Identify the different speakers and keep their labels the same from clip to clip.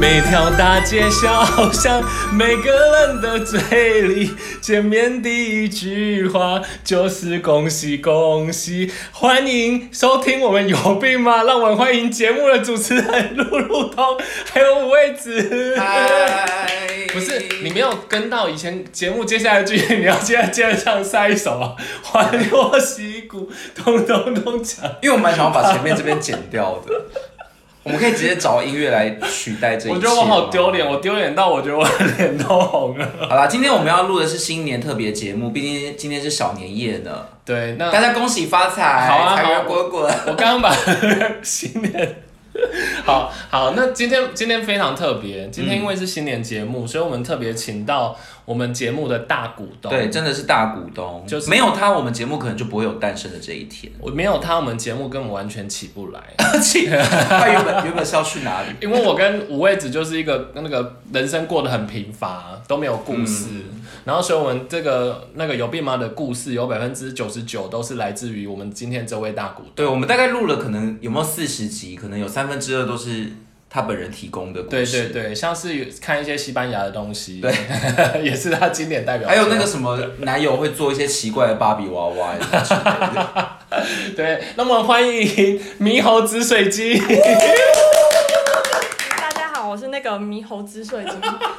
Speaker 1: 每条大街小巷，每个人的嘴里，见面第一句话就是恭喜恭喜！欢迎收听我们有病吗？让我们欢迎节目的主持人路路通，还有五位子。
Speaker 2: 嗨，
Speaker 1: 不是你没有跟到以前节目接下来的剧情，你要接在接着上下一首啊，欢乐喜鼓咚咚咚锵。
Speaker 2: 因为我蛮想要把前面这边剪掉 的，我们可以直接找音乐来取代这一切。
Speaker 1: 我觉得我好丢脸，我。丢脸到我觉得我的脸都红了。
Speaker 2: 好啦，今天我们要录的是新年特别节目，毕竟今天是小年夜呢。
Speaker 1: 对，那
Speaker 2: 大家恭喜发财，
Speaker 1: 好啊
Speaker 2: 财
Speaker 1: 好啊
Speaker 2: 源滚滚。
Speaker 1: 我刚刚把 新年，好好，那今天今天非常特别，今天因为是新年节目，所以我们特别请到我们节目的大股东。
Speaker 2: 对，，真的是大股东，
Speaker 1: 就是
Speaker 2: 没有他，我们节目可能就不会有诞生的这一 天。
Speaker 1: 我没有他，我们节目根本完全起不来。
Speaker 2: 他原本原本是要去哪里？
Speaker 1: 因为我跟五位子就是一个那个人生过得很贫乏，都没有故事，
Speaker 2: 嗯
Speaker 1: 然后所以我们这个那个有病吗的故事有百分之九十九都是来自于我们今天这位大股东。
Speaker 2: 对，我们大概录了可能有没有四十集，可能有三分之二都是他本人提供的故
Speaker 1: 对
Speaker 2: 事。
Speaker 1: 对对，像是看一些西班牙的东西，对， 也是他经典代表作。
Speaker 2: 还有那个什么男友会做一些奇怪的芭比娃娃之类的，
Speaker 1: 对，那么欢迎猕猴紫水晶。
Speaker 3: 大家好，我是那个猕猴之水晶，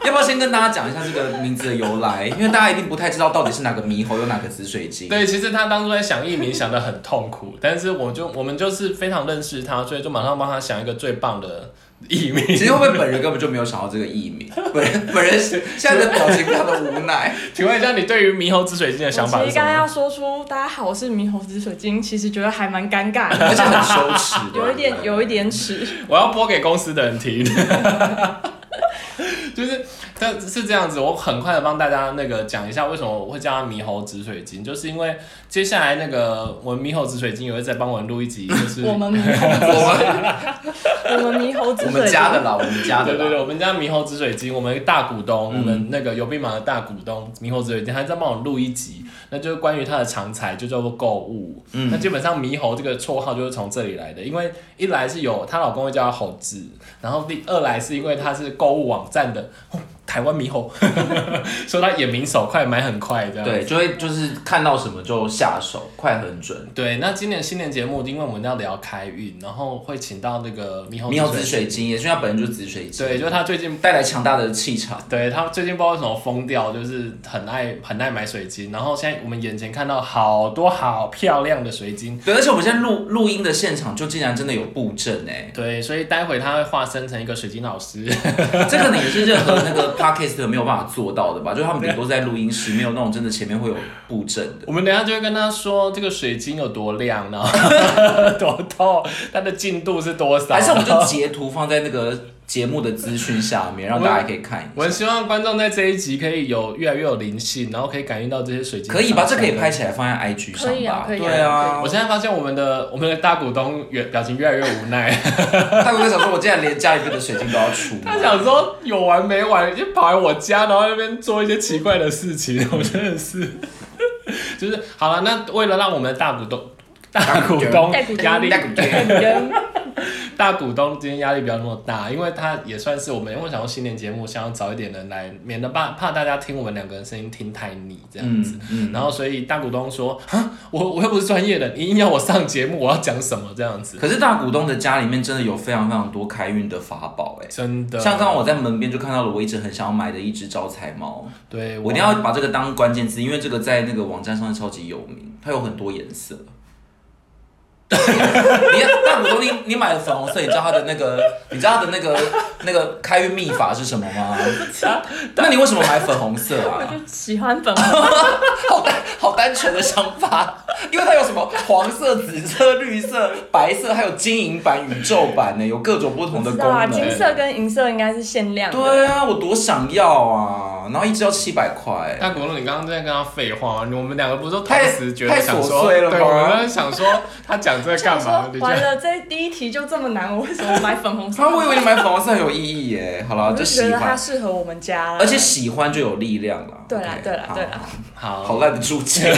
Speaker 2: 要不要先跟大家讲一下这个名字的由来？因为大家一定不太知道到底是哪个猕猴有哪个紫水晶。
Speaker 1: 对，其实他当初在想艺名想的很痛苦，但是我就我们就是非常认识他，所以就马上帮他想一个最棒的艺名。
Speaker 2: 其实会不会本人根本就没有想到这个艺名？本人本人是现在的表情非常的无奈。
Speaker 1: 请问一下，你对于猕猴紫水晶的 想法
Speaker 3: 我
Speaker 1: 是
Speaker 3: 其实
Speaker 1: 什
Speaker 3: 刚刚要
Speaker 1: 么？
Speaker 3: 说出“大家好，我是猕猴之水晶”，其实觉得还蛮尴尬 的，
Speaker 2: 而且很羞耻，
Speaker 3: 有一点有一点耻。
Speaker 1: 我要播给公司的人听。 就是，但是这样子，我很快的帮大家那个讲一下为什么我会叫它猕猴紫水晶，就是因为接下来那个我们猕猴紫水晶也会再 帮我们录一集，就是
Speaker 3: 我们猕 猴，
Speaker 2: 我
Speaker 3: 我们猕猴之
Speaker 2: 我们
Speaker 3: 水晶
Speaker 2: 家，的啦，我们家的
Speaker 1: 对对对，
Speaker 2: 啦。
Speaker 1: 我们家猕猴紫水晶，我们大股东，
Speaker 2: 嗯
Speaker 1: 我们那个有病马的大股东猕猴紫水晶，他在帮我录一集，那就是关于他的常才，就叫做购物。
Speaker 2: 嗯
Speaker 1: 那基本上猕猴这个绰号就是从这里来的，因为一来是有她老公会叫她猴子，然后第二来是因为她是购物网站的。哦台湾猕猴， 所以她眼明手快，买很快这样。
Speaker 2: 对，就会就是看到什么就下手，快很准。
Speaker 1: 对，那今年新年节目，因为我们要聊开运，然后会请到那个猕猴
Speaker 2: 猕猴紫水晶，也是因为他本人就是紫水晶，
Speaker 1: 对，就是他最近
Speaker 2: 带来强大的气场。
Speaker 1: 对他最近不知道为什么疯掉，就是很爱很爱买水晶，然后现在我们眼前看到好多好漂亮的水晶，
Speaker 2: 对，而且我们现在录录音的现场就竟然真的有布阵哎、
Speaker 1: 对，所以待会他会化身成一个水晶老师，
Speaker 2: 这可能也是任何那个 podcast 没有办法做到的吧？就他们顶多在录音室，没有那种真的前面会有布阵的。
Speaker 1: 我们等一下就会跟他说这个水晶有多亮，然后 多透，它的进度是多少，
Speaker 2: 还是我们就截图放在那个节目的资讯下 面，让大家可以看一
Speaker 1: 我
Speaker 2: 下，
Speaker 1: 们希望观众在这一集可以有越来越有灵性，然后可以感应到这些水晶。
Speaker 2: 可以吧？这可以拍。起来放在 IG 上吧？
Speaker 3: 可以啊可以啊
Speaker 2: 对啊
Speaker 1: 我，现在发现我们的我们的大股东越表情越来越无奈，
Speaker 2: 他有在想说，我竟然连家里面的水晶都要出，
Speaker 1: 他想说有完没完，就跑来我家，然后在那边做一些奇怪的事情，我真的是，就是好了。那为了让我们的大股东、大股东
Speaker 3: 大股东
Speaker 1: 压力、
Speaker 3: 本人
Speaker 1: 大股东今天压力不要那么大，因为他也算是我们，因为想要新年节目，想要找一点人来，免得怕怕大家听我们两个人声音听太腻这样子。
Speaker 2: 嗯嗯，
Speaker 1: 然后，所以大股东说：“啊，我我又不是专业的，你硬要我上节目，我要讲什么这样子？
Speaker 2: 可是大股东的家里面真的有非常非常多开运的法宝哎、
Speaker 1: 真的，
Speaker 2: 像刚刚我在门边就看到了，我一直很想要买的一只招财猫，
Speaker 1: 对
Speaker 2: 我一定要把这个当关键字，因为这个在那个网站上超级有名，它有很多颜色。 你看大股东，你你买了粉红色，你知道它的那个，你知道它的那个那个开运秘法是什么吗？那你为什么买粉红色
Speaker 3: 啊我
Speaker 2: 啊？
Speaker 3: 就喜欢粉红，
Speaker 2: 好单纯的想法，因为它有什么黄色、紫色、绿色、白色，还有金银版、宇宙版呢，有各种不同的
Speaker 3: 知
Speaker 2: 功
Speaker 3: 道啊，
Speaker 2: 能。
Speaker 3: 金色跟银色应该是限量的。
Speaker 2: 对啊，我多想要啊！然后一只要七百块，
Speaker 1: 大国龙，你刚刚在跟他废话吗？我们两个不是都同
Speaker 2: 太
Speaker 1: 时觉得
Speaker 2: 太
Speaker 1: 想
Speaker 2: 琐
Speaker 1: 说，
Speaker 2: 碎了
Speaker 1: 对，
Speaker 2: 吧
Speaker 1: 我们在想说他讲这个
Speaker 3: 想
Speaker 1: 干嘛
Speaker 3: 说？
Speaker 1: 你这
Speaker 3: 完
Speaker 1: 样
Speaker 3: 了，这第一题就这么难，我为什么买粉红色
Speaker 2: 啊，？我以为你买粉红色很有意义耶。好了，
Speaker 3: 我就
Speaker 2: 喜
Speaker 3: 觉得它
Speaker 2: 欢，
Speaker 3: 适合我们家啦，
Speaker 2: 而且喜欢就有力量了。
Speaker 3: 对啦
Speaker 2: OK，
Speaker 3: 对啦
Speaker 2: 好
Speaker 3: 对啦，
Speaker 1: 好，
Speaker 2: 好烂的注解，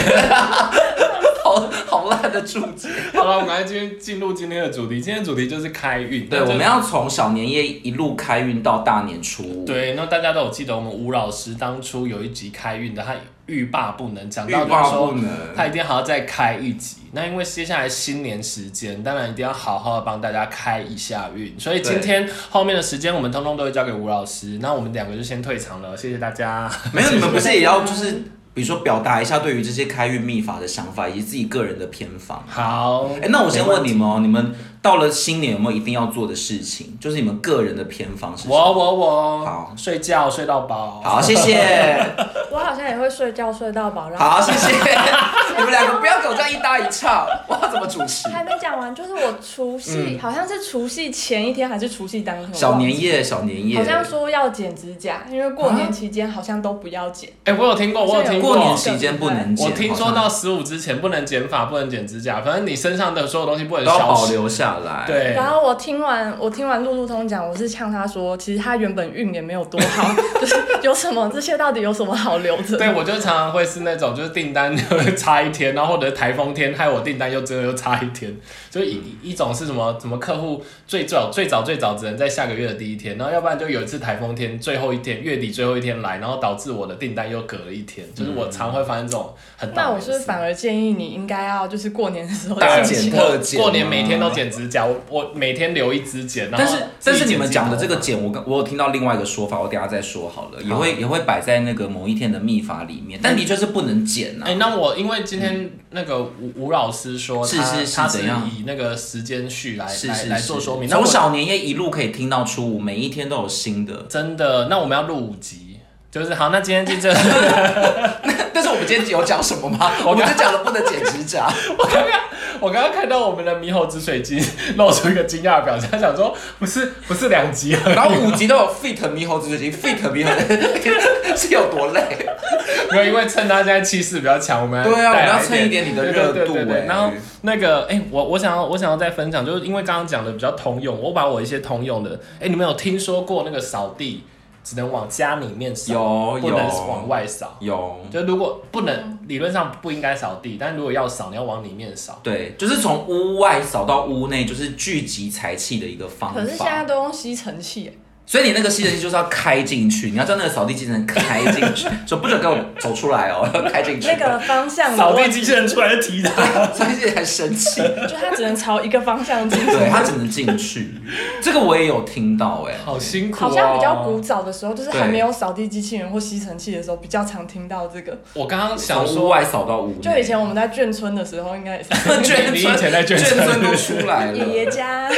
Speaker 2: 好好好烂的注解。
Speaker 1: 好了，我们来进进入今天的主题。今天的主题就是开运。
Speaker 2: 对，
Speaker 1: 那就
Speaker 2: 我们要从小年夜一路开运到大年初五。
Speaker 1: 对，那大家都有记得，我们吴老师当初有一集开运的，他欲罢不能，讲
Speaker 2: 欲
Speaker 1: 到就是
Speaker 2: 罢不
Speaker 1: 说
Speaker 2: 能。
Speaker 1: 他一定还要再开一集。那因为接下来新年时间，当然一定要好好的帮大家开一下运。所以今
Speaker 2: 对
Speaker 1: 天后面的时间，我们通通都会交给吴老师。那我们两个就先退场了，谢谢大家。
Speaker 2: 没有，你们不是也要就是，比如说表达一下对于这些开运秘法的想法，以及自己个人的偏方。
Speaker 1: 好，
Speaker 2: 哎、那我先问你们哦，你们到了新年有没有一定要做的事情？就是你们个人的偏方是什么？
Speaker 1: 我我我，
Speaker 2: 好
Speaker 1: 睡觉睡到饱。
Speaker 2: 好，谢谢，
Speaker 3: 我好像也会睡觉睡到饱，然后
Speaker 2: 好，谢 谢。你们两个不要给我这样一搭一唱，我要怎么主持？
Speaker 3: 还没讲完，就是我除夕、好像是除夕前一天还是除夕当天，我
Speaker 2: 小
Speaker 3: 忘记
Speaker 2: 年夜，小年夜，
Speaker 3: 好像说要剪指甲，因为过年期间好像都不要剪。
Speaker 1: 哎、我有听过，我有听
Speaker 2: 过
Speaker 1: 过。
Speaker 2: 年期间不能剪，
Speaker 1: 我听说
Speaker 2: 好像
Speaker 1: 到十五之前不能剪发，不能剪指甲，反正你身上的所有东西不能
Speaker 2: 都要
Speaker 1: 消
Speaker 2: 保
Speaker 1: 失。
Speaker 2: 留下来。，
Speaker 1: 对，
Speaker 3: 然后我听完我听完路路通讲，我是呛他说，其实他原本运也没有多好， 就是有什么这些到底有什么好留着？
Speaker 1: 对，我就常常会是那种，就是订单 差一天，然后或者台风天害我订单又真的又差一天，就一一种是什么什么客户最早最早最早只能在下个月的第一天，然后要不然就有一次台风天最后一天月底最后一天来，然后导致我的订单又隔了一天，就是我常会发生这种很倒
Speaker 3: 那
Speaker 1: 霉
Speaker 3: 我
Speaker 1: 的事。
Speaker 3: 是反而建议你应该要就是过年的时候
Speaker 2: 大
Speaker 3: 剪
Speaker 2: 剪
Speaker 3: 起来
Speaker 2: 特
Speaker 1: 我
Speaker 2: 剪
Speaker 1: 过年每
Speaker 2: 吗
Speaker 1: 天都剪指甲，我我每天留一支剪，然后
Speaker 2: 但是但
Speaker 1: 自
Speaker 2: 是
Speaker 1: 己
Speaker 2: 你们
Speaker 1: 剪
Speaker 2: 讲的
Speaker 1: 指
Speaker 2: 这
Speaker 1: 头
Speaker 2: 个剪，我跟我有听到另外一个说法，我等一下再说好了，也会也会摆在那个某一天的秘法里面，但的确是不能剪啊呐、
Speaker 1: 哎、那我因为今天那个吴吴老师说
Speaker 2: 是
Speaker 1: 他，
Speaker 2: 是是
Speaker 1: 他
Speaker 2: 怎
Speaker 1: 是
Speaker 2: 样
Speaker 1: 以那个时间序来
Speaker 2: 是
Speaker 1: 来
Speaker 2: 是
Speaker 1: 来
Speaker 2: 是
Speaker 1: 做说明。那
Speaker 2: 从
Speaker 1: 我。
Speaker 2: 小年夜一路可以听到初五，每一天都有新 的
Speaker 1: 真的，那我们要录五集，就是好，那今天 就这。
Speaker 2: 但是我们今天有讲什么吗？我们就讲了不能剪指甲。
Speaker 1: 我刚刚看到我们的猕猴紫水晶 露出一个惊讶的表情，他想说不是不是两集而
Speaker 2: 然后五集都有 fit 猕猴子已经 fit 猕猴子 是有多累？
Speaker 1: 已， 没有，因为趁他现在气势比较强，我们
Speaker 2: 对啊，我
Speaker 1: 带
Speaker 2: 们要
Speaker 1: 来
Speaker 2: 蹭一点你的热
Speaker 1: 对对
Speaker 2: 度
Speaker 1: 对对
Speaker 2: 哎、
Speaker 1: 对然后那个，哎、我我想要我想要再分享，就是因为刚刚讲的比较通用，我把我一些通用的，哎、你们有听说过那个扫地只能往家里面扫，
Speaker 2: 有
Speaker 1: 不
Speaker 2: 有
Speaker 1: 能往外扫？
Speaker 2: 有，
Speaker 1: 就如果不能，理论上不应该扫地，但如果要扫，你要往里面扫。
Speaker 2: 对，就是从屋外扫到屋内，就是聚集财气的一个方法。
Speaker 3: 可是现在都用吸尘器，哎
Speaker 2: 所以你那个吸尘器就是要开进去，你要叫那个扫地机器人开进 去，说不准给我走出来哦，要开进去。
Speaker 3: 那个方
Speaker 2: 哎
Speaker 3: 向的
Speaker 1: 扫
Speaker 3: 问
Speaker 1: 地机器人出来踢他，
Speaker 2: 扫地机器人很生气，
Speaker 3: 就它只能朝一个方向进
Speaker 2: 对他只能进去。这个我也有听到哎、
Speaker 1: 好辛苦、哦。
Speaker 3: 好像比较古。早的时候，就是还
Speaker 2: 对
Speaker 3: 没有扫地机器人或吸尘器的时候，比较常听到这个。
Speaker 1: 我刚刚想
Speaker 2: 从屋
Speaker 1: 说，
Speaker 2: 外扫到屋内，
Speaker 3: 就以前我们在眷村的时候，应 该也是
Speaker 2: 眷
Speaker 1: 你以前在
Speaker 2: 村，
Speaker 1: 眷
Speaker 2: 眷
Speaker 1: 村
Speaker 2: 村都出来
Speaker 3: 爷爷
Speaker 2: 了，
Speaker 3: 家。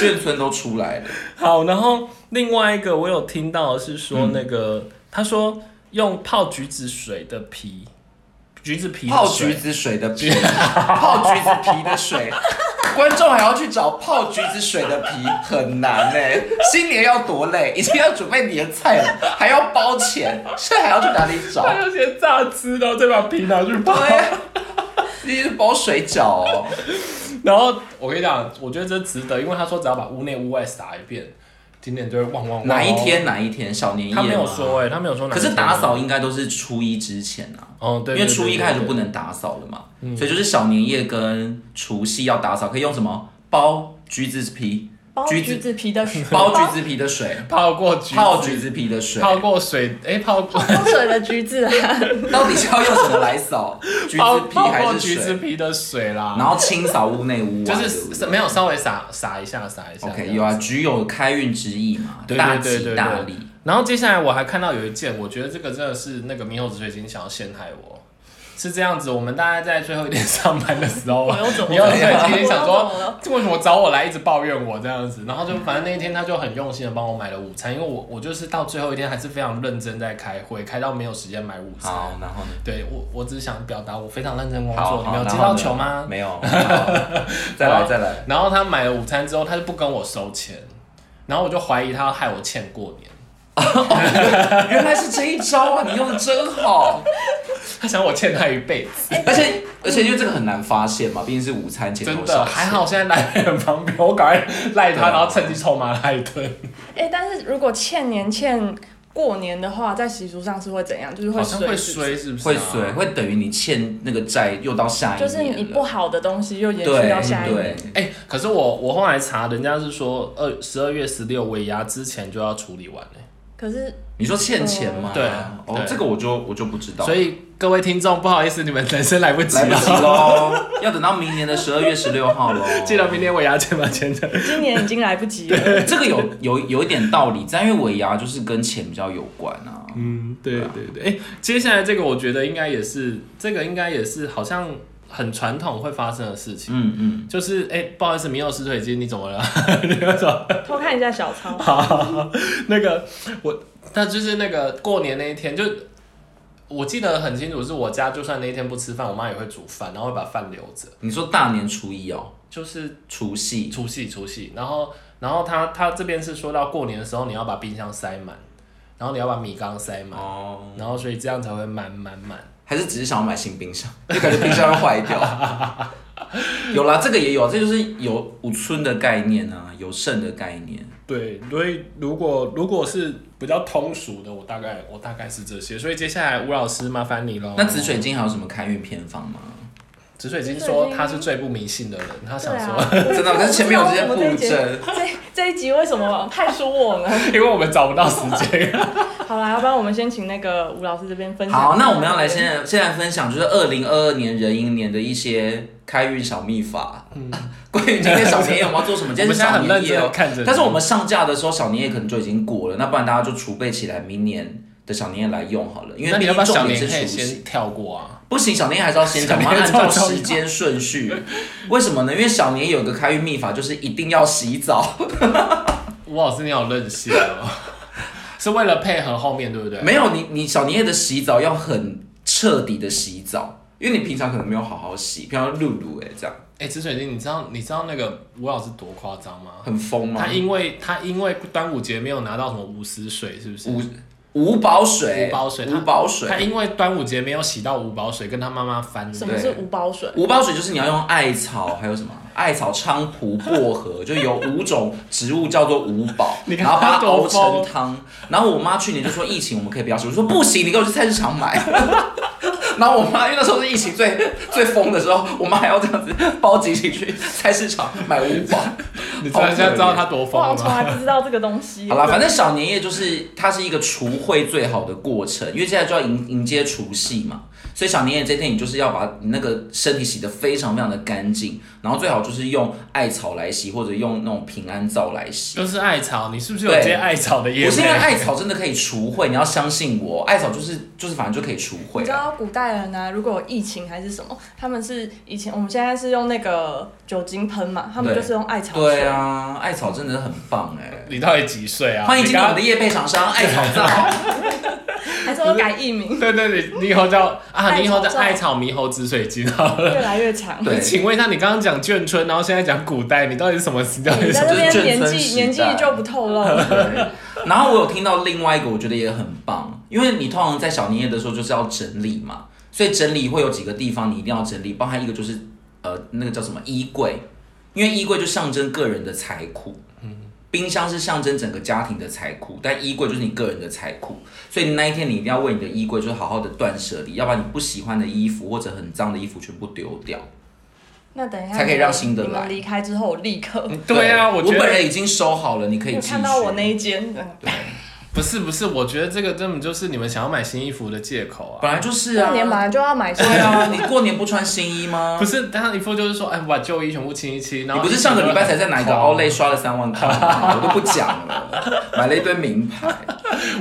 Speaker 2: 眷村都出来了。
Speaker 1: 好，然后另外一个我有听到的是说那个，
Speaker 2: 嗯
Speaker 1: 他说用泡橘子水的皮，橘子皮的
Speaker 2: 泡
Speaker 1: 水
Speaker 2: 橘子水的皮， 泡橘子皮的水，观众还要去找泡橘子水的皮，很难哎、新年要多累， 已经要准备年菜了，还要包钱，现在还要去哪里 找？
Speaker 1: 他就先榨汁，然后再把皮拿去泡。
Speaker 2: 对啊，你是包水饺哦。
Speaker 1: 然后我跟你讲，我觉得这值得，因为他说只要把屋内屋外撒一遍，今年就会旺旺旺。
Speaker 2: 哪一？天哪一天小年夜？
Speaker 1: 他没有。说哎、他没有说哪一
Speaker 2: 可
Speaker 1: 天。
Speaker 2: 是打扫应该都是初一之前啊，
Speaker 1: 哦，对，嗯
Speaker 2: 因为初一开始就不
Speaker 1: 能。
Speaker 2: 能打扫了嘛，所以就是小年夜跟除夕要打扫，可以用什么包橘子皮，
Speaker 3: 包
Speaker 2: 橘
Speaker 3: 橘
Speaker 2: 子
Speaker 3: 子 皮的水，
Speaker 2: 包橘子皮的水，
Speaker 1: 泡过橘子
Speaker 2: 泡橘子皮的水，
Speaker 1: 泡过水，哎、泡 过
Speaker 3: 泡水的橘子 啊，
Speaker 2: 到底是要用什么 来扫？橘
Speaker 1: 泡
Speaker 2: 子皮
Speaker 1: 泡过
Speaker 2: 还
Speaker 1: 橘
Speaker 2: 是
Speaker 1: 子
Speaker 2: 水？
Speaker 1: 皮的水啦，
Speaker 2: 然后清扫屋内屋
Speaker 1: 就
Speaker 2: 外，对不
Speaker 1: 是
Speaker 2: 对
Speaker 1: 没有稍微撒撒一下，撒一下。这
Speaker 2: OK
Speaker 1: 样
Speaker 2: 有啊，橘有开运之意嘛，
Speaker 1: 对
Speaker 2: 大
Speaker 1: 对对
Speaker 2: 吉
Speaker 1: 对
Speaker 2: 大
Speaker 1: 对
Speaker 2: 利。。
Speaker 1: 然后接下来我还看到有一件，我觉得这个真的是那个猕猴子水晶想要陷害我。是这样子，我们大概在最后一天上班的时 候，
Speaker 3: 我又怎么了
Speaker 1: 你又在今天想
Speaker 3: 我又
Speaker 1: 说
Speaker 3: 怎么了，
Speaker 1: 这为什么找我来一直抱怨我这样子？然后就反正那一天他就很用心的帮我买了午餐，因为我我就是到最后一天还是非常认真在开会，开到没有时间买午餐。
Speaker 2: 好，然后呢？
Speaker 1: 对我我只是想表达我非常认真工
Speaker 2: 好，
Speaker 1: 作，
Speaker 2: 好
Speaker 1: 你没有
Speaker 2: 然
Speaker 1: 接
Speaker 2: 后
Speaker 1: 到
Speaker 2: 呢
Speaker 1: 球吗？
Speaker 2: 没有。好再来，再来。
Speaker 1: 然后他买了午餐之后，他就不跟我收钱，然后我就怀疑他要害我欠过年，
Speaker 2: 原来是这一招啊！你用的真好，
Speaker 1: 他想我欠他一辈子。
Speaker 2: 而且而且因为这个很难发现嘛，毕竟是午餐前
Speaker 1: 真
Speaker 2: 后
Speaker 1: 的啊
Speaker 2: 少吃
Speaker 1: 还好，现在来得很方便， 我赶快赖
Speaker 2: 对啊
Speaker 1: 他，然后趁机臭骂他一顿。
Speaker 3: 哎、但是如果欠年欠过年的话，在习俗上是会怎样？就是
Speaker 1: 好
Speaker 3: 哦会
Speaker 1: 像会
Speaker 3: 水是不是，
Speaker 1: 衰是不是啊？
Speaker 2: 会水会等于你欠那个债又到下一年
Speaker 3: 就
Speaker 2: 了，
Speaker 3: 是你不好的东西又延续
Speaker 2: 对
Speaker 3: 到下一
Speaker 2: 对
Speaker 3: 年。，
Speaker 1: 哎、可是我我后来查，人家是说二十二月十六尾牙之前就要处理完嘞、
Speaker 3: 可是
Speaker 2: 你说欠钱吗？
Speaker 1: 嗯对
Speaker 2: 哦
Speaker 1: 对，
Speaker 2: 这个我就我就不知道，
Speaker 1: 所以各位听众，不好意思，你们人生来不及啊
Speaker 2: 来不及
Speaker 1: 了，
Speaker 2: 喽，要等到明年的十二月十六号喽。
Speaker 1: 记得明天尾牙前把钱的。
Speaker 3: 今年已经来不及了。
Speaker 2: 这个有有有一点道理，但因为尾牙就是跟钱比较有关啊。
Speaker 1: 嗯，对对对。哎、接下来这个我觉得应该也是，这个应该也是好像很传统会发生的事情，
Speaker 2: 嗯嗯，
Speaker 1: 就是哎、不好意思，米有湿水机，你怎么了？ 你为什么？
Speaker 3: 偷看一下小 抄，
Speaker 1: 好， 那个我，他就是那个过年那一天，就我记得很清楚，是我家就算那一天不吃饭，我妈也会煮饭，然后会把饭留着，
Speaker 2: 你说大年初一哦，
Speaker 1: 就是
Speaker 2: 除夕，
Speaker 1: 除夕除夕，然后然后他他这边是说到过年的时候，你要把冰箱塞满，然后你要把米缸塞满，
Speaker 2: 哦，
Speaker 1: 然后所以这样才会满满满。
Speaker 2: 还是只是想要买新冰箱，就感觉冰箱要坏掉。 有啦，这个也有，这就是有五村的概念啊，有剩的概念。
Speaker 1: 对，所以如果如果是比较通俗的，我大概我大概是这些。所以接下来吴老师麻烦你喽。
Speaker 2: 那紫水晶还有什么开运偏方吗？
Speaker 1: 紫水晶说他是最不迷信的人，他
Speaker 3: 对
Speaker 1: 想说。
Speaker 3: 啊，
Speaker 2: 真的，可是前面有这些布
Speaker 3: 我知道
Speaker 2: 阵，
Speaker 3: 这这一集为什么太输我呢？
Speaker 1: 因为我们找不到时间。
Speaker 3: 好啦，要不然我们先请那个吴老师这边分享。
Speaker 2: 好，那我们要来现在现在分享，就是二零二二年壬寅年的一些开运小秘法。嗯， 关于今天小年夜 我们要做什么？今天
Speaker 1: 我们
Speaker 2: 是小
Speaker 1: 现在很
Speaker 2: 年
Speaker 1: 认
Speaker 2: 夜
Speaker 1: 真地
Speaker 2: 哦
Speaker 1: 看着你，
Speaker 2: 但是我们上架的时候，小年夜可能就已经过了，那不然大家就储备起来，明年的小年夜来用好了。因
Speaker 1: 那你
Speaker 2: 为毕
Speaker 1: 要
Speaker 2: 竟
Speaker 1: 不要小
Speaker 2: 重点
Speaker 1: 年
Speaker 2: 是
Speaker 1: 夜
Speaker 2: 除夕，
Speaker 1: 先跳过啊？
Speaker 2: 不行，小年夜还是要先讲，我们要按照时间顺序。为什么呢？因为小年夜有个开运秘法，就是一定要洗澡。
Speaker 1: 吴老师，你好任性哦， 是为了配合后面对不对？
Speaker 2: 没有你，你小年夜的洗澡要很彻底的洗澡，因为你平常可能没有好好洗，平常露露哎这样。
Speaker 1: 哎、紫水晶，你知道你知道那个吴老师多夸张吗？
Speaker 2: 很疯吗
Speaker 1: 他？因为他因为端午节没有拿到什么午时水，是不是？
Speaker 2: 五五宝水，
Speaker 1: 五宝水
Speaker 2: 五宝
Speaker 1: 他
Speaker 2: 水，
Speaker 1: 因为端午节没有洗到五宝水，跟他妈妈翻
Speaker 3: 什
Speaker 1: 脸。
Speaker 3: 么是五宝水？
Speaker 2: 五宝水就是你要用艾草，还有什么艾草、菖蒲、薄荷， 就有五种植物叫做五宝，
Speaker 1: 你看
Speaker 2: 然后把它熬
Speaker 1: 他多
Speaker 2: 成汤。然后我妈去年就说疫情我们可以不要吃，我说不行，你给我去菜市场买。 然后我妈因为那时候是疫情最最疯的时候，我妈还要这样子包几起去菜市场买五宝。
Speaker 1: 你知道
Speaker 2: 好
Speaker 1: 现在知道他多
Speaker 3: 我
Speaker 1: 疯
Speaker 3: 好
Speaker 1: 了
Speaker 3: 像从
Speaker 2: 啊
Speaker 1: 吗？
Speaker 3: 来不知道这个东西
Speaker 2: 好。啦，反正小年夜就是它是一个除晦最好的过程，因为现在就要迎迎接除夕嘛，所以小年夜这天你就是要把你那个身体洗得非常非常的干净，然后最好就是用艾草来洗，或者用那种平安皂来洗。
Speaker 1: 就是艾草，你是不是有
Speaker 2: 对
Speaker 1: 接艾草的业
Speaker 2: 不是因为
Speaker 1: 配？
Speaker 2: 艾草真的可以除晦，你要相信我，艾草就是就是反正就可以除晦
Speaker 3: 你知。道古代人啊，如果有疫情还是什么，他们是以前我们现在是用那个酒精喷嘛，他们
Speaker 2: 对
Speaker 3: 就是用艾草水。
Speaker 2: 对啊，艾草真的很棒哎、
Speaker 1: 你到底几岁啊？
Speaker 2: 欢迎今
Speaker 1: 你
Speaker 2: 天
Speaker 1: 刚
Speaker 2: 我们的夜配厂商艾草皂。
Speaker 3: 还是我改艺 名，
Speaker 1: 对对，你你以后叫啊，你以后
Speaker 3: 艾
Speaker 1: 叫
Speaker 3: 草皂
Speaker 1: 艾草猕猴紫水晶好了。
Speaker 3: 越来越长。
Speaker 2: 对
Speaker 1: 请问一下，你刚刚讲眷村，然后现在讲古代，你到底是什么时代？
Speaker 3: 你在 这边年纪年
Speaker 2: 这
Speaker 3: 纪
Speaker 2: 是眷村时代
Speaker 3: 就不透露。
Speaker 2: 对然后我有听到另外一个，我觉得也很棒，因为你通常在小年夜的时候就是要整理嘛，所以整理会有几个地方你一定要整理，包含一个就是呃那个叫什么衣柜，因为衣柜就象征个人的财库，冰箱是象征整个家庭的财库，但衣柜就是你个人的财库，所以那一天你一定要为你的衣柜就是好好的断舍离，要不然你不喜欢的衣服或者很脏的衣服全部丢掉。
Speaker 3: 那等一下
Speaker 2: 才可以让新的
Speaker 3: 你们
Speaker 2: 来
Speaker 3: 离开之后，我立刻。
Speaker 1: 对啊，我
Speaker 2: 我
Speaker 1: 觉
Speaker 2: 本
Speaker 1: 得
Speaker 2: 人已经收好了，你可以
Speaker 3: 有
Speaker 2: 继续。
Speaker 3: 看到我那一间，嗯
Speaker 1: 不是不是，我觉得这个根本就是你们想要买新衣服的借口啊。
Speaker 2: 本来就是啊
Speaker 3: 过，年本来就要买新
Speaker 2: 对啊，你过年不穿新衣吗？
Speaker 1: 不是，他一副就是说，哎，我把旧衣全部清一清。然
Speaker 2: 你
Speaker 1: 后
Speaker 2: 不是上个礼拜才在哪一个
Speaker 1: 哦
Speaker 2: Olay 刷了三万 块吗？我都不讲了，买了一堆名牌。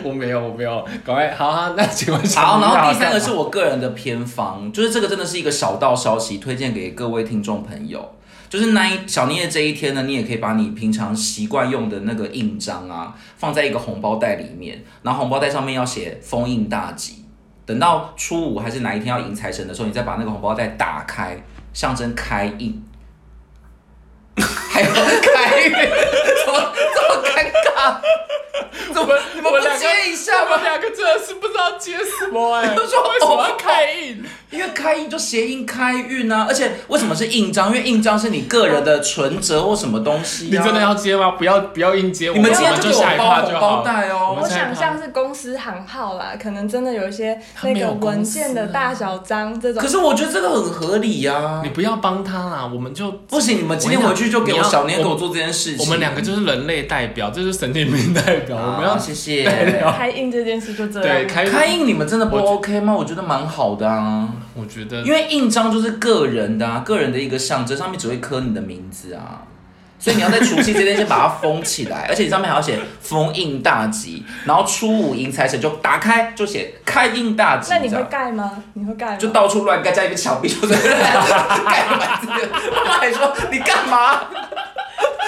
Speaker 1: 我没有，我没有，赶快，好啊，那请问小
Speaker 2: 好，
Speaker 1: 明
Speaker 2: 然后
Speaker 1: 老
Speaker 2: 第
Speaker 1: 师
Speaker 2: 三个是我个人的偏方，就是这个真的是一个小道消息，推荐给各位听众朋友。就是那一小年夜这一天呢，你也可以把你平常习惯用的那个印章啊，放在一个红包袋里面，然后红包袋上面要写“封印大吉”。等到初五还是哪一天要迎财神的时候，你再把那个红包袋打开，象征开印。 还有开运，怎么这么尴尬？怎么你
Speaker 1: 我
Speaker 2: 们不
Speaker 1: 们两个
Speaker 2: 接一下
Speaker 1: 我们
Speaker 2: 吗？
Speaker 1: 两个真的是不知道接什么哎、
Speaker 2: 就说哦
Speaker 1: 为什么要开印？
Speaker 2: 因为开印就谐音开运啊，而且为什么是印章？因为印章是你个人的存折或什么东西、啊。
Speaker 1: 你真的要接吗？不要不要硬接，
Speaker 2: 你们
Speaker 1: 我
Speaker 2: 今天
Speaker 1: 们
Speaker 2: 就
Speaker 1: 就
Speaker 2: 给
Speaker 1: 下
Speaker 2: 我
Speaker 1: 一趴
Speaker 2: 包
Speaker 1: 就好
Speaker 2: 红包
Speaker 1: 了。
Speaker 2: 袋哦
Speaker 1: 我。
Speaker 3: 我
Speaker 1: 们下一
Speaker 3: 想
Speaker 1: 趴
Speaker 3: 像是公司行号啦，可能真的有一些
Speaker 1: 他
Speaker 3: 那
Speaker 1: 没有
Speaker 3: 个
Speaker 1: 公
Speaker 3: 文件的
Speaker 1: 司啊
Speaker 3: 大小章这种
Speaker 2: 可。是我觉得这个很合理呀、
Speaker 1: 你不要帮他啦，我们就
Speaker 2: 不行，你们今天回去就给我小年狗做这件事情。
Speaker 1: 我们两个就是人类代表，这是神经病代表，我
Speaker 2: 好，
Speaker 1: 们要
Speaker 2: 谢谢。
Speaker 3: 开印这件事就这
Speaker 1: 对
Speaker 3: 样，
Speaker 1: 开
Speaker 2: 啊开印你们真的不
Speaker 1: 我觉
Speaker 2: OK 吗？我觉得蛮好的啊，
Speaker 1: 我觉得
Speaker 2: 因为印章就是个人的啊，个人的一个象征，上面只会刻你的名字啊。所以你要在除夕这天先把它封起来， 而且你上面还要写“封印大吉”，然后初五迎财神就打开就写“开印大吉”。
Speaker 3: 那你
Speaker 2: 知道
Speaker 3: 会
Speaker 2: 吗
Speaker 3: 盖吗？你会盖吗？
Speaker 2: 就到处乱盖，在一个墙壁就在 那盖满字，妈妈还说你干嘛？